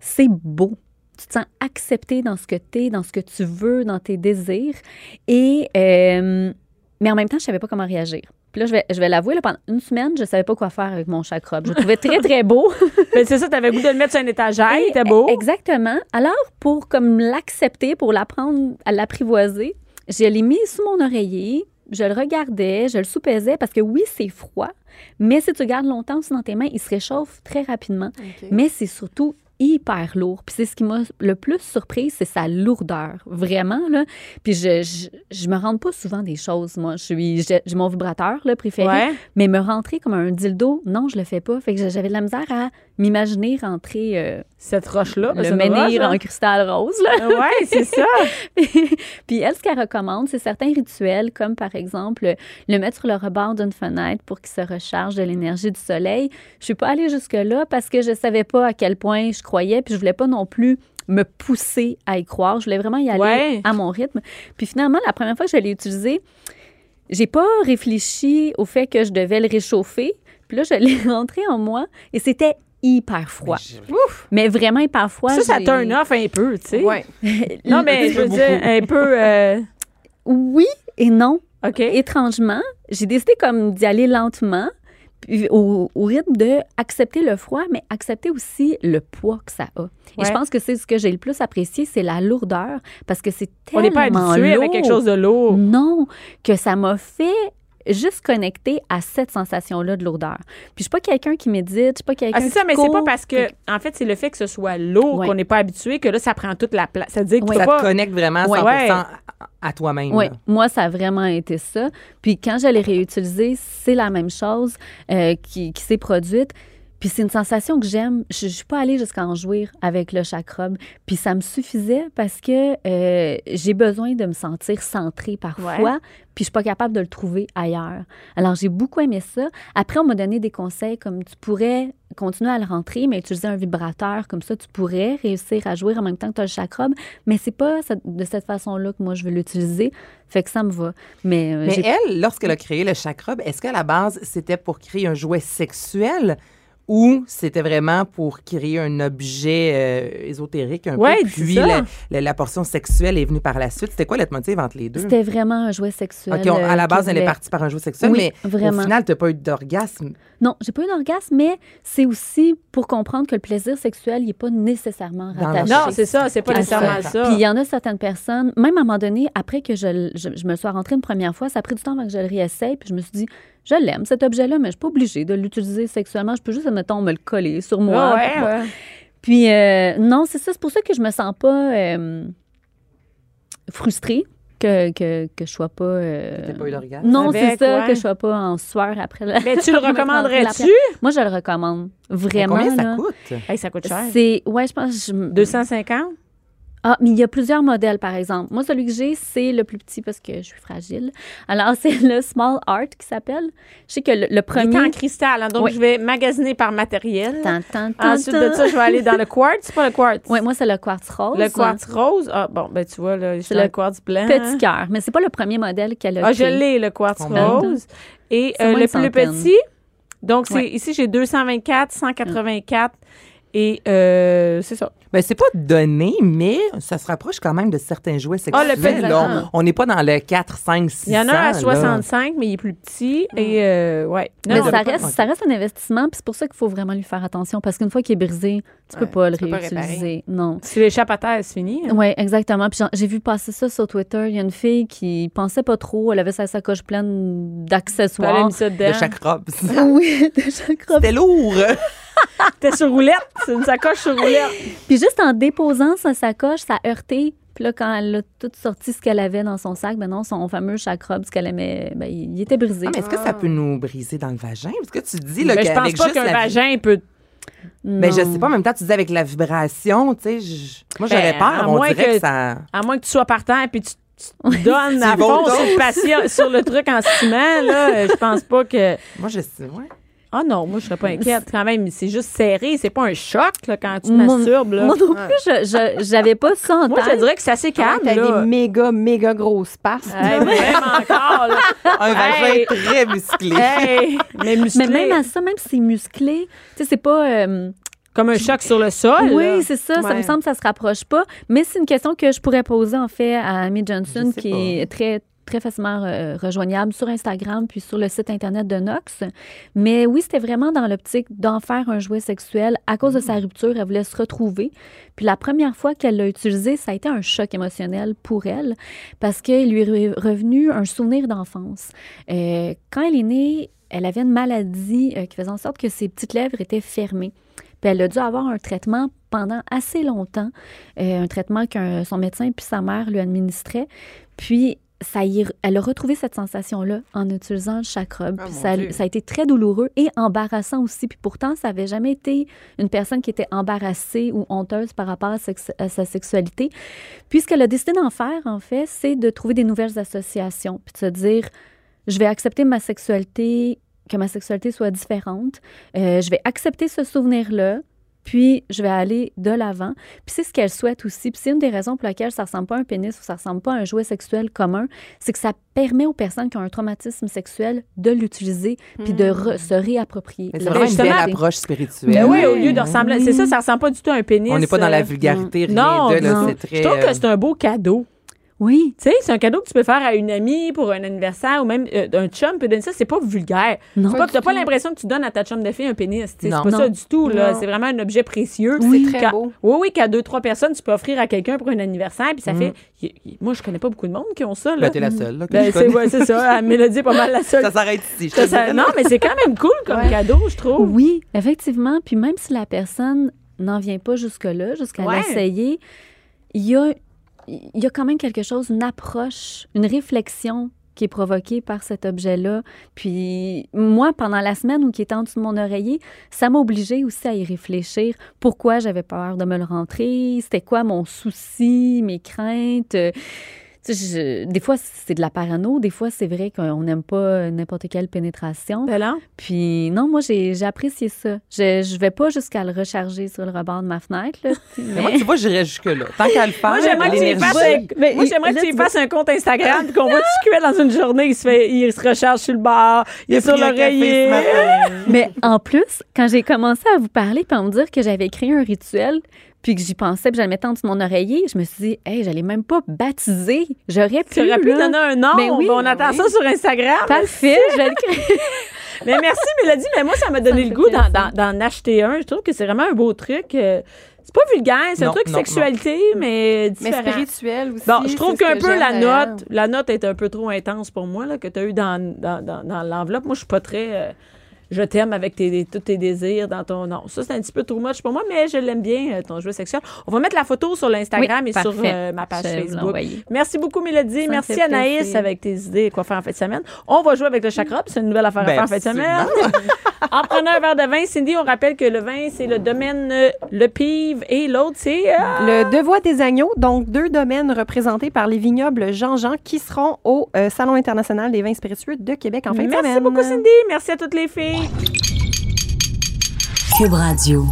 Speaker 6: c'est beau. Tu te sens accepté dans ce que tu es, dans ce que tu veux, dans tes désirs. Et, euh, mais en même temps, je savais pas comment réagir. Puis là, je vais, je vais l'avouer, là, pendant une semaine, je savais pas quoi faire avec mon chakra. Je le trouvais très, très beau.
Speaker 3: Mais Ben, c'est ça, t'avais le goût de le mettre sur une étagère, il
Speaker 6: Et-
Speaker 3: était beau.
Speaker 6: Exactement. Alors, pour comme l'accepter, pour l'apprendre à l'apprivoiser, je l'ai mis sous mon oreiller, je le regardais, je le soupesais parce que oui, c'est froid, mais si tu le gardes longtemps aussi dans tes mains, il se réchauffe très rapidement. Mais c'est surtout hyper lourd. Puis c'est ce qui m'a le plus surprise, c'est sa lourdeur. Vraiment, là. Puis je, je, je me rends pas souvent des choses, moi. Je suis, j'ai j'ai mon vibrateur, là, préféré.
Speaker 3: Ouais.
Speaker 6: Mais me rentrer comme un dildo, non, je le fais pas. Fait que j'avais de la misère à m'imaginer rentrer euh,
Speaker 3: Cette roche-là. ben,
Speaker 6: le
Speaker 3: cette
Speaker 6: menhir en
Speaker 3: roche,
Speaker 6: cristal rose. Là.
Speaker 3: là. Ah, Ouais, c'est ça.
Speaker 6: Puis elle, ce qu'elle recommande, c'est certains rituels, comme par exemple le mettre sur le rebord d'une fenêtre pour qu'il se recharge de l'énergie du soleil. Je suis pas allée jusque-là parce que je savais pas à quel point je croyais, puis je voulais pas non plus me pousser à y croire. Je voulais vraiment y aller
Speaker 3: Ouais.
Speaker 6: à mon rythme. Puis finalement, la première fois que je l'ai utilisé, j'ai pas réfléchi au fait que je devais le réchauffer. Puis là, je l'ai rentré en moi et c'était hyper froid. Mais vraiment hyper froid.
Speaker 3: Ça, ça
Speaker 6: j'ai-
Speaker 3: turn off un peu, tu sais.
Speaker 4: Ouais.
Speaker 3: Non, mais je veux dire, un peu. euh,
Speaker 6: Oui et non.
Speaker 3: OK.
Speaker 6: étrangement, j'ai décidé comme d'y aller lentement, puis au, au rythme de accepter le froid, mais accepter aussi le poids que ça a. Et
Speaker 3: Ouais.
Speaker 6: je pense que c'est ce que j'ai le plus apprécié, c'est la lourdeur, parce que c'est
Speaker 3: On
Speaker 6: tellement
Speaker 3: n'est pas habitué
Speaker 6: lourd.
Speaker 3: avec quelque chose de lourd.
Speaker 6: Non, que ça m'a fait juste connecter à cette sensation-là de lourdeur. Puis je suis pas quelqu'un qui médite, je suis pas quelqu'un
Speaker 3: Ah, c'est ça,
Speaker 6: qui
Speaker 3: mais c'est pas
Speaker 6: court.
Speaker 3: parce que, en fait, c'est le fait que ce soit lourd
Speaker 6: Ouais.
Speaker 3: qu'on n'est pas habitué que là, ça prend toute la place. Ça veut dire que
Speaker 6: Ouais.
Speaker 3: tu
Speaker 5: Ça
Speaker 3: peux
Speaker 5: te
Speaker 3: pas.
Speaker 5: connecte vraiment
Speaker 3: Ouais.
Speaker 5: 100%
Speaker 3: Ouais.
Speaker 5: à- à toi-même.
Speaker 6: Oui,
Speaker 5: là.
Speaker 6: moi, ça a vraiment été ça. Puis quand je l'ai réutilisé, c'est la même chose euh, qui, qui s'est produite. Puis c'est une sensation que j'aime. Je ne suis pas allée jusqu'à en jouir avec le chakra. Puis ça me suffisait parce que euh, j'ai besoin de me sentir centrée parfois.
Speaker 3: Ouais.
Speaker 6: Puis je suis pas capable de le trouver ailleurs. Alors j'ai beaucoup aimé ça. Après, on m'a donné des conseils comme tu pourrais continuer à le rentrer, mais utiliser un vibrateur comme ça, tu pourrais réussir à jouer en même temps que tu as le chakra. Mais c'est pas ça- de cette façon-là que moi je veux l'utiliser. Fait que ça me va. Mais, euh,
Speaker 5: Mais
Speaker 6: j'ai-
Speaker 5: elle, lorsqu'elle a créé le chakra, ben, est-ce qu'à la base, c'était pour créer un jouet sexuel ou c'était vraiment pour créer un objet euh, ésotérique un
Speaker 3: Ouais,
Speaker 5: peu?
Speaker 3: dis
Speaker 5: Puis
Speaker 3: ça.
Speaker 5: la, la- la portion sexuelle est venue par la suite. C'était quoi le motif entre les deux?
Speaker 6: c'était vraiment un jouet sexuel.
Speaker 5: OK, on- à
Speaker 6: euh,
Speaker 5: la base,
Speaker 6: qu'elle
Speaker 5: elle est
Speaker 6: voulait.
Speaker 5: partie par un jouet sexuel,
Speaker 6: Oui,
Speaker 5: mais
Speaker 6: vraiment.
Speaker 5: au final, tu n'as pas eu d'orgasme.
Speaker 6: Non, j'ai pas eu d'orgasme, mais c'est aussi pour comprendre que le plaisir sexuel, il n'est pas nécessairement
Speaker 5: Dans la
Speaker 6: rattaché.
Speaker 3: Non, c'est ça, c'est pas
Speaker 6: Ah,
Speaker 3: nécessairement
Speaker 5: ça.
Speaker 3: ça.
Speaker 6: Puis il y en a certaines personnes, même à un moment donné, après que je, l- je, je me sois rentrée une première fois, ça a pris du temps avant que je le réessaye, puis je me suis dit, je l'aime cet objet-là, mais je suis pas obligée de l'utiliser sexuellement, je peux juste, admettons, me le coller sur moi.
Speaker 3: Ouais,
Speaker 6: Bon.
Speaker 3: Ah ouais, ouais.
Speaker 6: Puis euh, non, c'est ça, c'est pour ça que je me sens pas euh, frustrée que, que, que je sois pas... euh,
Speaker 5: Tu pas eu d'orgasme.
Speaker 6: non, c'est
Speaker 3: Avec,
Speaker 6: ça,
Speaker 3: ouais.
Speaker 6: que je sois pas en sueur après la...
Speaker 3: Mais tu le recommanderais-tu?
Speaker 6: Moi, je le recommande
Speaker 5: Mais
Speaker 6: vraiment.
Speaker 5: Combien ça
Speaker 6: là.
Speaker 5: coûte?
Speaker 3: Hey, ça coûte cher.
Speaker 6: C'est, ouais, je pense, je,
Speaker 3: 250?
Speaker 6: Ah, mais il y a plusieurs modèles, par exemple. Moi, celui que j'ai, c'est le plus petit parce que je suis fragile. Alors, c'est le Small Art qui s'appelle. Je sais que le, le
Speaker 3: Il est en
Speaker 6: premier.
Speaker 3: cristal, hein, donc
Speaker 6: Oui.
Speaker 3: je vais magasiner par matériel.
Speaker 6: Tan, tan, tan,
Speaker 3: Ah, Ensuite
Speaker 6: tan.
Speaker 3: de ça, je vais aller dans le quartz, c'est pas le quartz.
Speaker 6: Ouais, moi, c'est le quartz rose.
Speaker 3: le quartz rose. Ah, bon, ben tu vois, là, je suis
Speaker 6: C'est
Speaker 3: dans
Speaker 6: le
Speaker 3: le quartz blanc. hein.
Speaker 6: Petit cœur. Mais c'est pas le premier modèle qu'elle a.
Speaker 3: Ah, je
Speaker 6: créé.
Speaker 3: l'ai, le quartz
Speaker 5: Combien?
Speaker 3: rose. Et
Speaker 6: C'est
Speaker 3: euh,
Speaker 6: moins
Speaker 3: le
Speaker 6: une
Speaker 3: plus
Speaker 6: centaine.
Speaker 3: petit, donc c'est
Speaker 6: Ouais.
Speaker 3: ici, j'ai 224, 184 et euh, c'est ça.
Speaker 5: Ben, c'est pas donné, mais ça se rapproche quand même de certains jouets
Speaker 3: Ah,
Speaker 5: sexuels.
Speaker 3: le
Speaker 6: petit-
Speaker 5: là. On- On n'est pas dans le 4, 5, 6.
Speaker 3: Il y en a un à
Speaker 5: là.
Speaker 3: 65, mais il est plus petit. Et euh, ouais. Non,
Speaker 6: Mm. mais
Speaker 3: non,
Speaker 6: ça
Speaker 3: on peut pas-
Speaker 6: reste, ça reste un investissement, puis c'est pour ça qu'il faut vraiment lui faire attention, parce qu'une fois qu'il est brisé, tu peux
Speaker 4: Ouais,
Speaker 6: pas le
Speaker 4: tu peux pas
Speaker 6: réutiliser. non.
Speaker 3: Si l'échappe à terre, c'est fini. hein.
Speaker 6: Oui, exactement. Puis j'en- j'ai vu passer ça sur Twitter. Il y a une fille qui pensait pas trop. Elle avait sa sacoche pleine
Speaker 3: Tu peux aller
Speaker 6: d'accessoires.
Speaker 3: mettre ça dedans.
Speaker 5: De chaque robe.
Speaker 6: Oui, de chaque robe.
Speaker 5: C'était lourd.
Speaker 3: T'es sur roulette. C'est une sacoche sur roulette.
Speaker 6: Puis juste en déposant sa sacoche, ça a heurté. Puis là, quand elle a tout sorti ce qu'elle avait dans son sac, ben non, son fameux chakra, ce qu'elle aimait, ben, il il était brisé.
Speaker 5: Ah, mais est-ce que ça peut nous briser dans le vagin? Parce que tu dis là,
Speaker 3: Mais Ben, je pense
Speaker 5: qu'avec
Speaker 3: pas
Speaker 5: juste
Speaker 3: qu'un
Speaker 5: la-
Speaker 3: vagin peut.
Speaker 5: Mais ben, je
Speaker 6: Non.
Speaker 5: sais pas, en même temps, tu dis avec la vibration, tu sais, je- moi
Speaker 3: Ben,
Speaker 5: j'aurais
Speaker 3: à
Speaker 5: peur, on
Speaker 3: moins
Speaker 5: dirait
Speaker 3: que-
Speaker 5: que, ça...
Speaker 3: À moins que tu sois partant puis tu, tu te donnes à
Speaker 5: Tu vas
Speaker 3: fond
Speaker 5: au
Speaker 3: sur le, patient- sur le truc en ciment, là, euh, je pense pas que.
Speaker 5: Moi je sais, ouais.
Speaker 3: Ah non, moi, je serais pas inquiète. Quand même, c'est juste serré. C'est pas un choc là, quand tu
Speaker 6: Moi-
Speaker 3: masturbes. Là.
Speaker 6: Moi non plus, je- je- j'avais pas ça en
Speaker 3: Moi, je te
Speaker 6: tête.
Speaker 3: dirais que c'est assez calme.
Speaker 4: T'as
Speaker 3: là.
Speaker 4: des méga, méga grosses passes.
Speaker 3: Hey, même encore, là.
Speaker 5: Un
Speaker 3: Hey!
Speaker 5: vagin très musclé.
Speaker 3: Hey, mais musclé.
Speaker 6: Mais même à ça, même si c'est musclé, tu sais, c'est pas. euh,
Speaker 3: Comme un choc sur le sol. là.
Speaker 6: oui, c'est ça. Ça me
Speaker 4: Ouais.
Speaker 6: semble que ça se rapproche pas. Mais c'est une question que je pourrais poser, en fait, à Amy Johnson,
Speaker 5: Je sais
Speaker 6: qui est très très facilement euh, rejoignable sur Instagram puis sur le site Internet de Nox. Mais oui, c'était vraiment dans l'optique d'en faire un jouet sexuel. À cause de sa rupture, elle voulait se retrouver. Puis la première fois qu'elle l'a utilisé, ça a été un choc émotionnel pour elle parce qu'il lui est revenu un souvenir d'enfance. Euh, quand elle est née, elle avait une maladie euh, qui faisait en sorte que ses petites lèvres étaient fermées. Puis elle a dû avoir un traitement pendant assez longtemps, euh, un traitement que son médecin puis sa mère lui administraient. Puis ça y est, elle a retrouvé cette sensation-là en utilisant le chakra.
Speaker 5: Ah,
Speaker 6: Puis
Speaker 5: mon
Speaker 6: ça,
Speaker 5: Dieu.
Speaker 6: ça a été très douloureux et embarrassant aussi. Puis pourtant, ça n'avait jamais été une personne qui était embarrassée ou honteuse par rapport à, sex- à sa sexualité. Puis ce qu'elle a décidé d'en faire, en fait, c'est de trouver des nouvelles associations. Puis de se dire, je vais accepter ma sexualité, que ma sexualité soit différente. Euh, je vais accepter ce souvenir-là. Puis, je vais aller de l'avant. Puis, c'est ce qu'elle souhaite aussi. Puis, c'est une des raisons pour laquelle ça ressemble pas à un pénis ou ça ressemble pas à un jouet sexuel commun. C'est que ça permet aux personnes qui ont un traumatisme sexuel de l'utiliser puis de re- se réapproprier.
Speaker 5: Mais c'est
Speaker 6: la
Speaker 5: vraiment une
Speaker 3: justement,
Speaker 5: belle
Speaker 3: des-
Speaker 5: approche spirituelle.
Speaker 3: Ben oui,
Speaker 6: Ouais.
Speaker 3: au lieu de ressembler. C'est ça, ça ressemble pas du tout à un pénis.
Speaker 5: On n'est pas dans
Speaker 3: euh,
Speaker 5: la vulgarité, rien
Speaker 3: non,
Speaker 5: de là,
Speaker 3: non.
Speaker 5: c'est très.
Speaker 3: Je trouve que
Speaker 5: euh,
Speaker 3: c'est un beau cadeau.
Speaker 6: Oui.
Speaker 3: Tu sais, c'est un cadeau que tu peux faire à une amie pour un anniversaire ou même euh, un chum peut donner ça. C'est pas vulgaire.
Speaker 6: Non.
Speaker 3: Tu n'as pas, l'impression que tu donnes à ta chum de fille un pénis. tu sais, C'est
Speaker 5: Non.
Speaker 3: pas ça
Speaker 6: Non.
Speaker 3: du tout. là.
Speaker 4: Non.
Speaker 3: C'est vraiment un objet précieux.
Speaker 4: Oui. C'est très
Speaker 3: Qu'à-
Speaker 4: beau.
Speaker 3: Oui, oui, qu'à deux, trois personnes, tu peux offrir à quelqu'un pour un anniversaire. Puis ça fait. y- y- Moi, je connais pas beaucoup de monde qui ont ça. Là.
Speaker 5: Mm-hmm. Ben, t'es la seule, là, que
Speaker 3: Ben,
Speaker 5: je
Speaker 3: c'est
Speaker 5: connais.
Speaker 3: ouais, c'est ça. Ah, Mélodie est pas mal la seule.
Speaker 5: Ça s'arrête ici. je te
Speaker 3: Ça, ça-
Speaker 5: dirais.
Speaker 3: non, mais c'est quand même cool comme
Speaker 4: Ouais.
Speaker 3: cadeau, je trouve.
Speaker 6: Oui, effectivement. Puis même si la personne n'en vient pas jusque-là, jusqu'à
Speaker 3: Ouais.
Speaker 6: l'essayer, il y a, il y a quand même quelque chose, une approche, une réflexion qui est provoquée par cet objet-là. Puis moi, pendant la semaine ou qui était en dessous de mon oreiller, ça m'a obligée aussi à y réfléchir. Pourquoi j'avais peur de me le rentrer? C'était quoi mon souci, mes craintes? Euh, tu sais, je- des fois, c'est de la parano. Des fois, c'est vrai qu'on n'aime pas n'importe quelle pénétration.
Speaker 3: Ben non.
Speaker 6: Puis non, moi, j'ai j'ai apprécié ça. Je, je vais pas jusqu'à le recharger sur le rebord de ma fenêtre. Là, tu-
Speaker 5: Mais moi, tu vois, j'irais jusque-là. Tant qu'à le faire,
Speaker 3: Moi, j'aimerais que tu y
Speaker 5: l'énergie.
Speaker 3: fasses un-
Speaker 6: Mais
Speaker 3: moi,
Speaker 6: il-
Speaker 3: j'aimerais que
Speaker 6: là,
Speaker 3: tu y
Speaker 6: tu vois-
Speaker 3: fasses un compte Instagram puis qu'on voit tu cuit dans une journée. Il se, fait, il se recharge sur le bar, il est sur
Speaker 5: pris un café
Speaker 3: l'oreiller.
Speaker 5: ce matin.
Speaker 6: Mais en plus, quand j'ai commencé à vous parler puis à me dire que j'avais créé un rituel, puis que j'y pensais, puis je le mettais en dessous de mon oreiller, je me suis dit, hey, j'allais même pas baptiser. J'aurais pu.
Speaker 3: Tu aurais pu
Speaker 6: là.
Speaker 3: donner un nom.
Speaker 6: Ben oui,
Speaker 3: on attend ça sur Instagram.
Speaker 6: Parfait, je vais le créer.
Speaker 3: Mais merci, Mélodie. Mais moi, ça m'a donné le
Speaker 6: me fait
Speaker 3: goût d'en- d'en
Speaker 6: plaisir.
Speaker 3: d'en acheter un. Je trouve que c'est vraiment un beau truc. Euh, C'est pas vulgaire, c'est un
Speaker 5: Non,
Speaker 3: truc
Speaker 5: non,
Speaker 3: sexualité, mais
Speaker 4: Mais
Speaker 3: différent.
Speaker 4: spirituel aussi.
Speaker 3: Bon, je trouve
Speaker 4: c'est ce
Speaker 3: qu'un
Speaker 4: que
Speaker 3: peu
Speaker 4: j'aime
Speaker 3: la
Speaker 4: là-dedans.
Speaker 3: note, la note est un peu trop intense pour moi là, que tu as eu dans, dans, dans- dans l'enveloppe. Moi, je suis pas très. euh, je t'aime avec tes, tous tes désirs dans ton nom. Ça, c'est un petit peu too much pour moi, mais je l'aime bien, euh, ton jeu sexuel. On va mettre la photo sur l'Instagram et sur
Speaker 6: parfait.
Speaker 3: euh, ma page
Speaker 6: Je vais vous
Speaker 3: Facebook.
Speaker 6: l'envoyer.
Speaker 3: Merci beaucoup, Mélodie.
Speaker 6: me
Speaker 3: Merci,
Speaker 6: fait
Speaker 3: Anaïs,
Speaker 6: plaisir.
Speaker 3: avec tes idées et quoi faire en fin de semaine. On va jouer avec le chakra, puis c'est une nouvelle affaire à
Speaker 5: Ben,
Speaker 3: faire en fin de semaine. en prenant un verre de vin, Cindy, on rappelle que le vin, c'est le domaine euh, Le Pive et l'autre, c'est. euh,
Speaker 4: Le Devoir des agneaux, donc deux domaines représentés par les vignobles Jean-Jean qui seront au euh, Salon international des vins spiritueux de Québec en fin de
Speaker 3: Merci
Speaker 4: semaine.
Speaker 3: beaucoup, Cindy. Merci à toutes les filles.
Speaker 1: Cube Radio.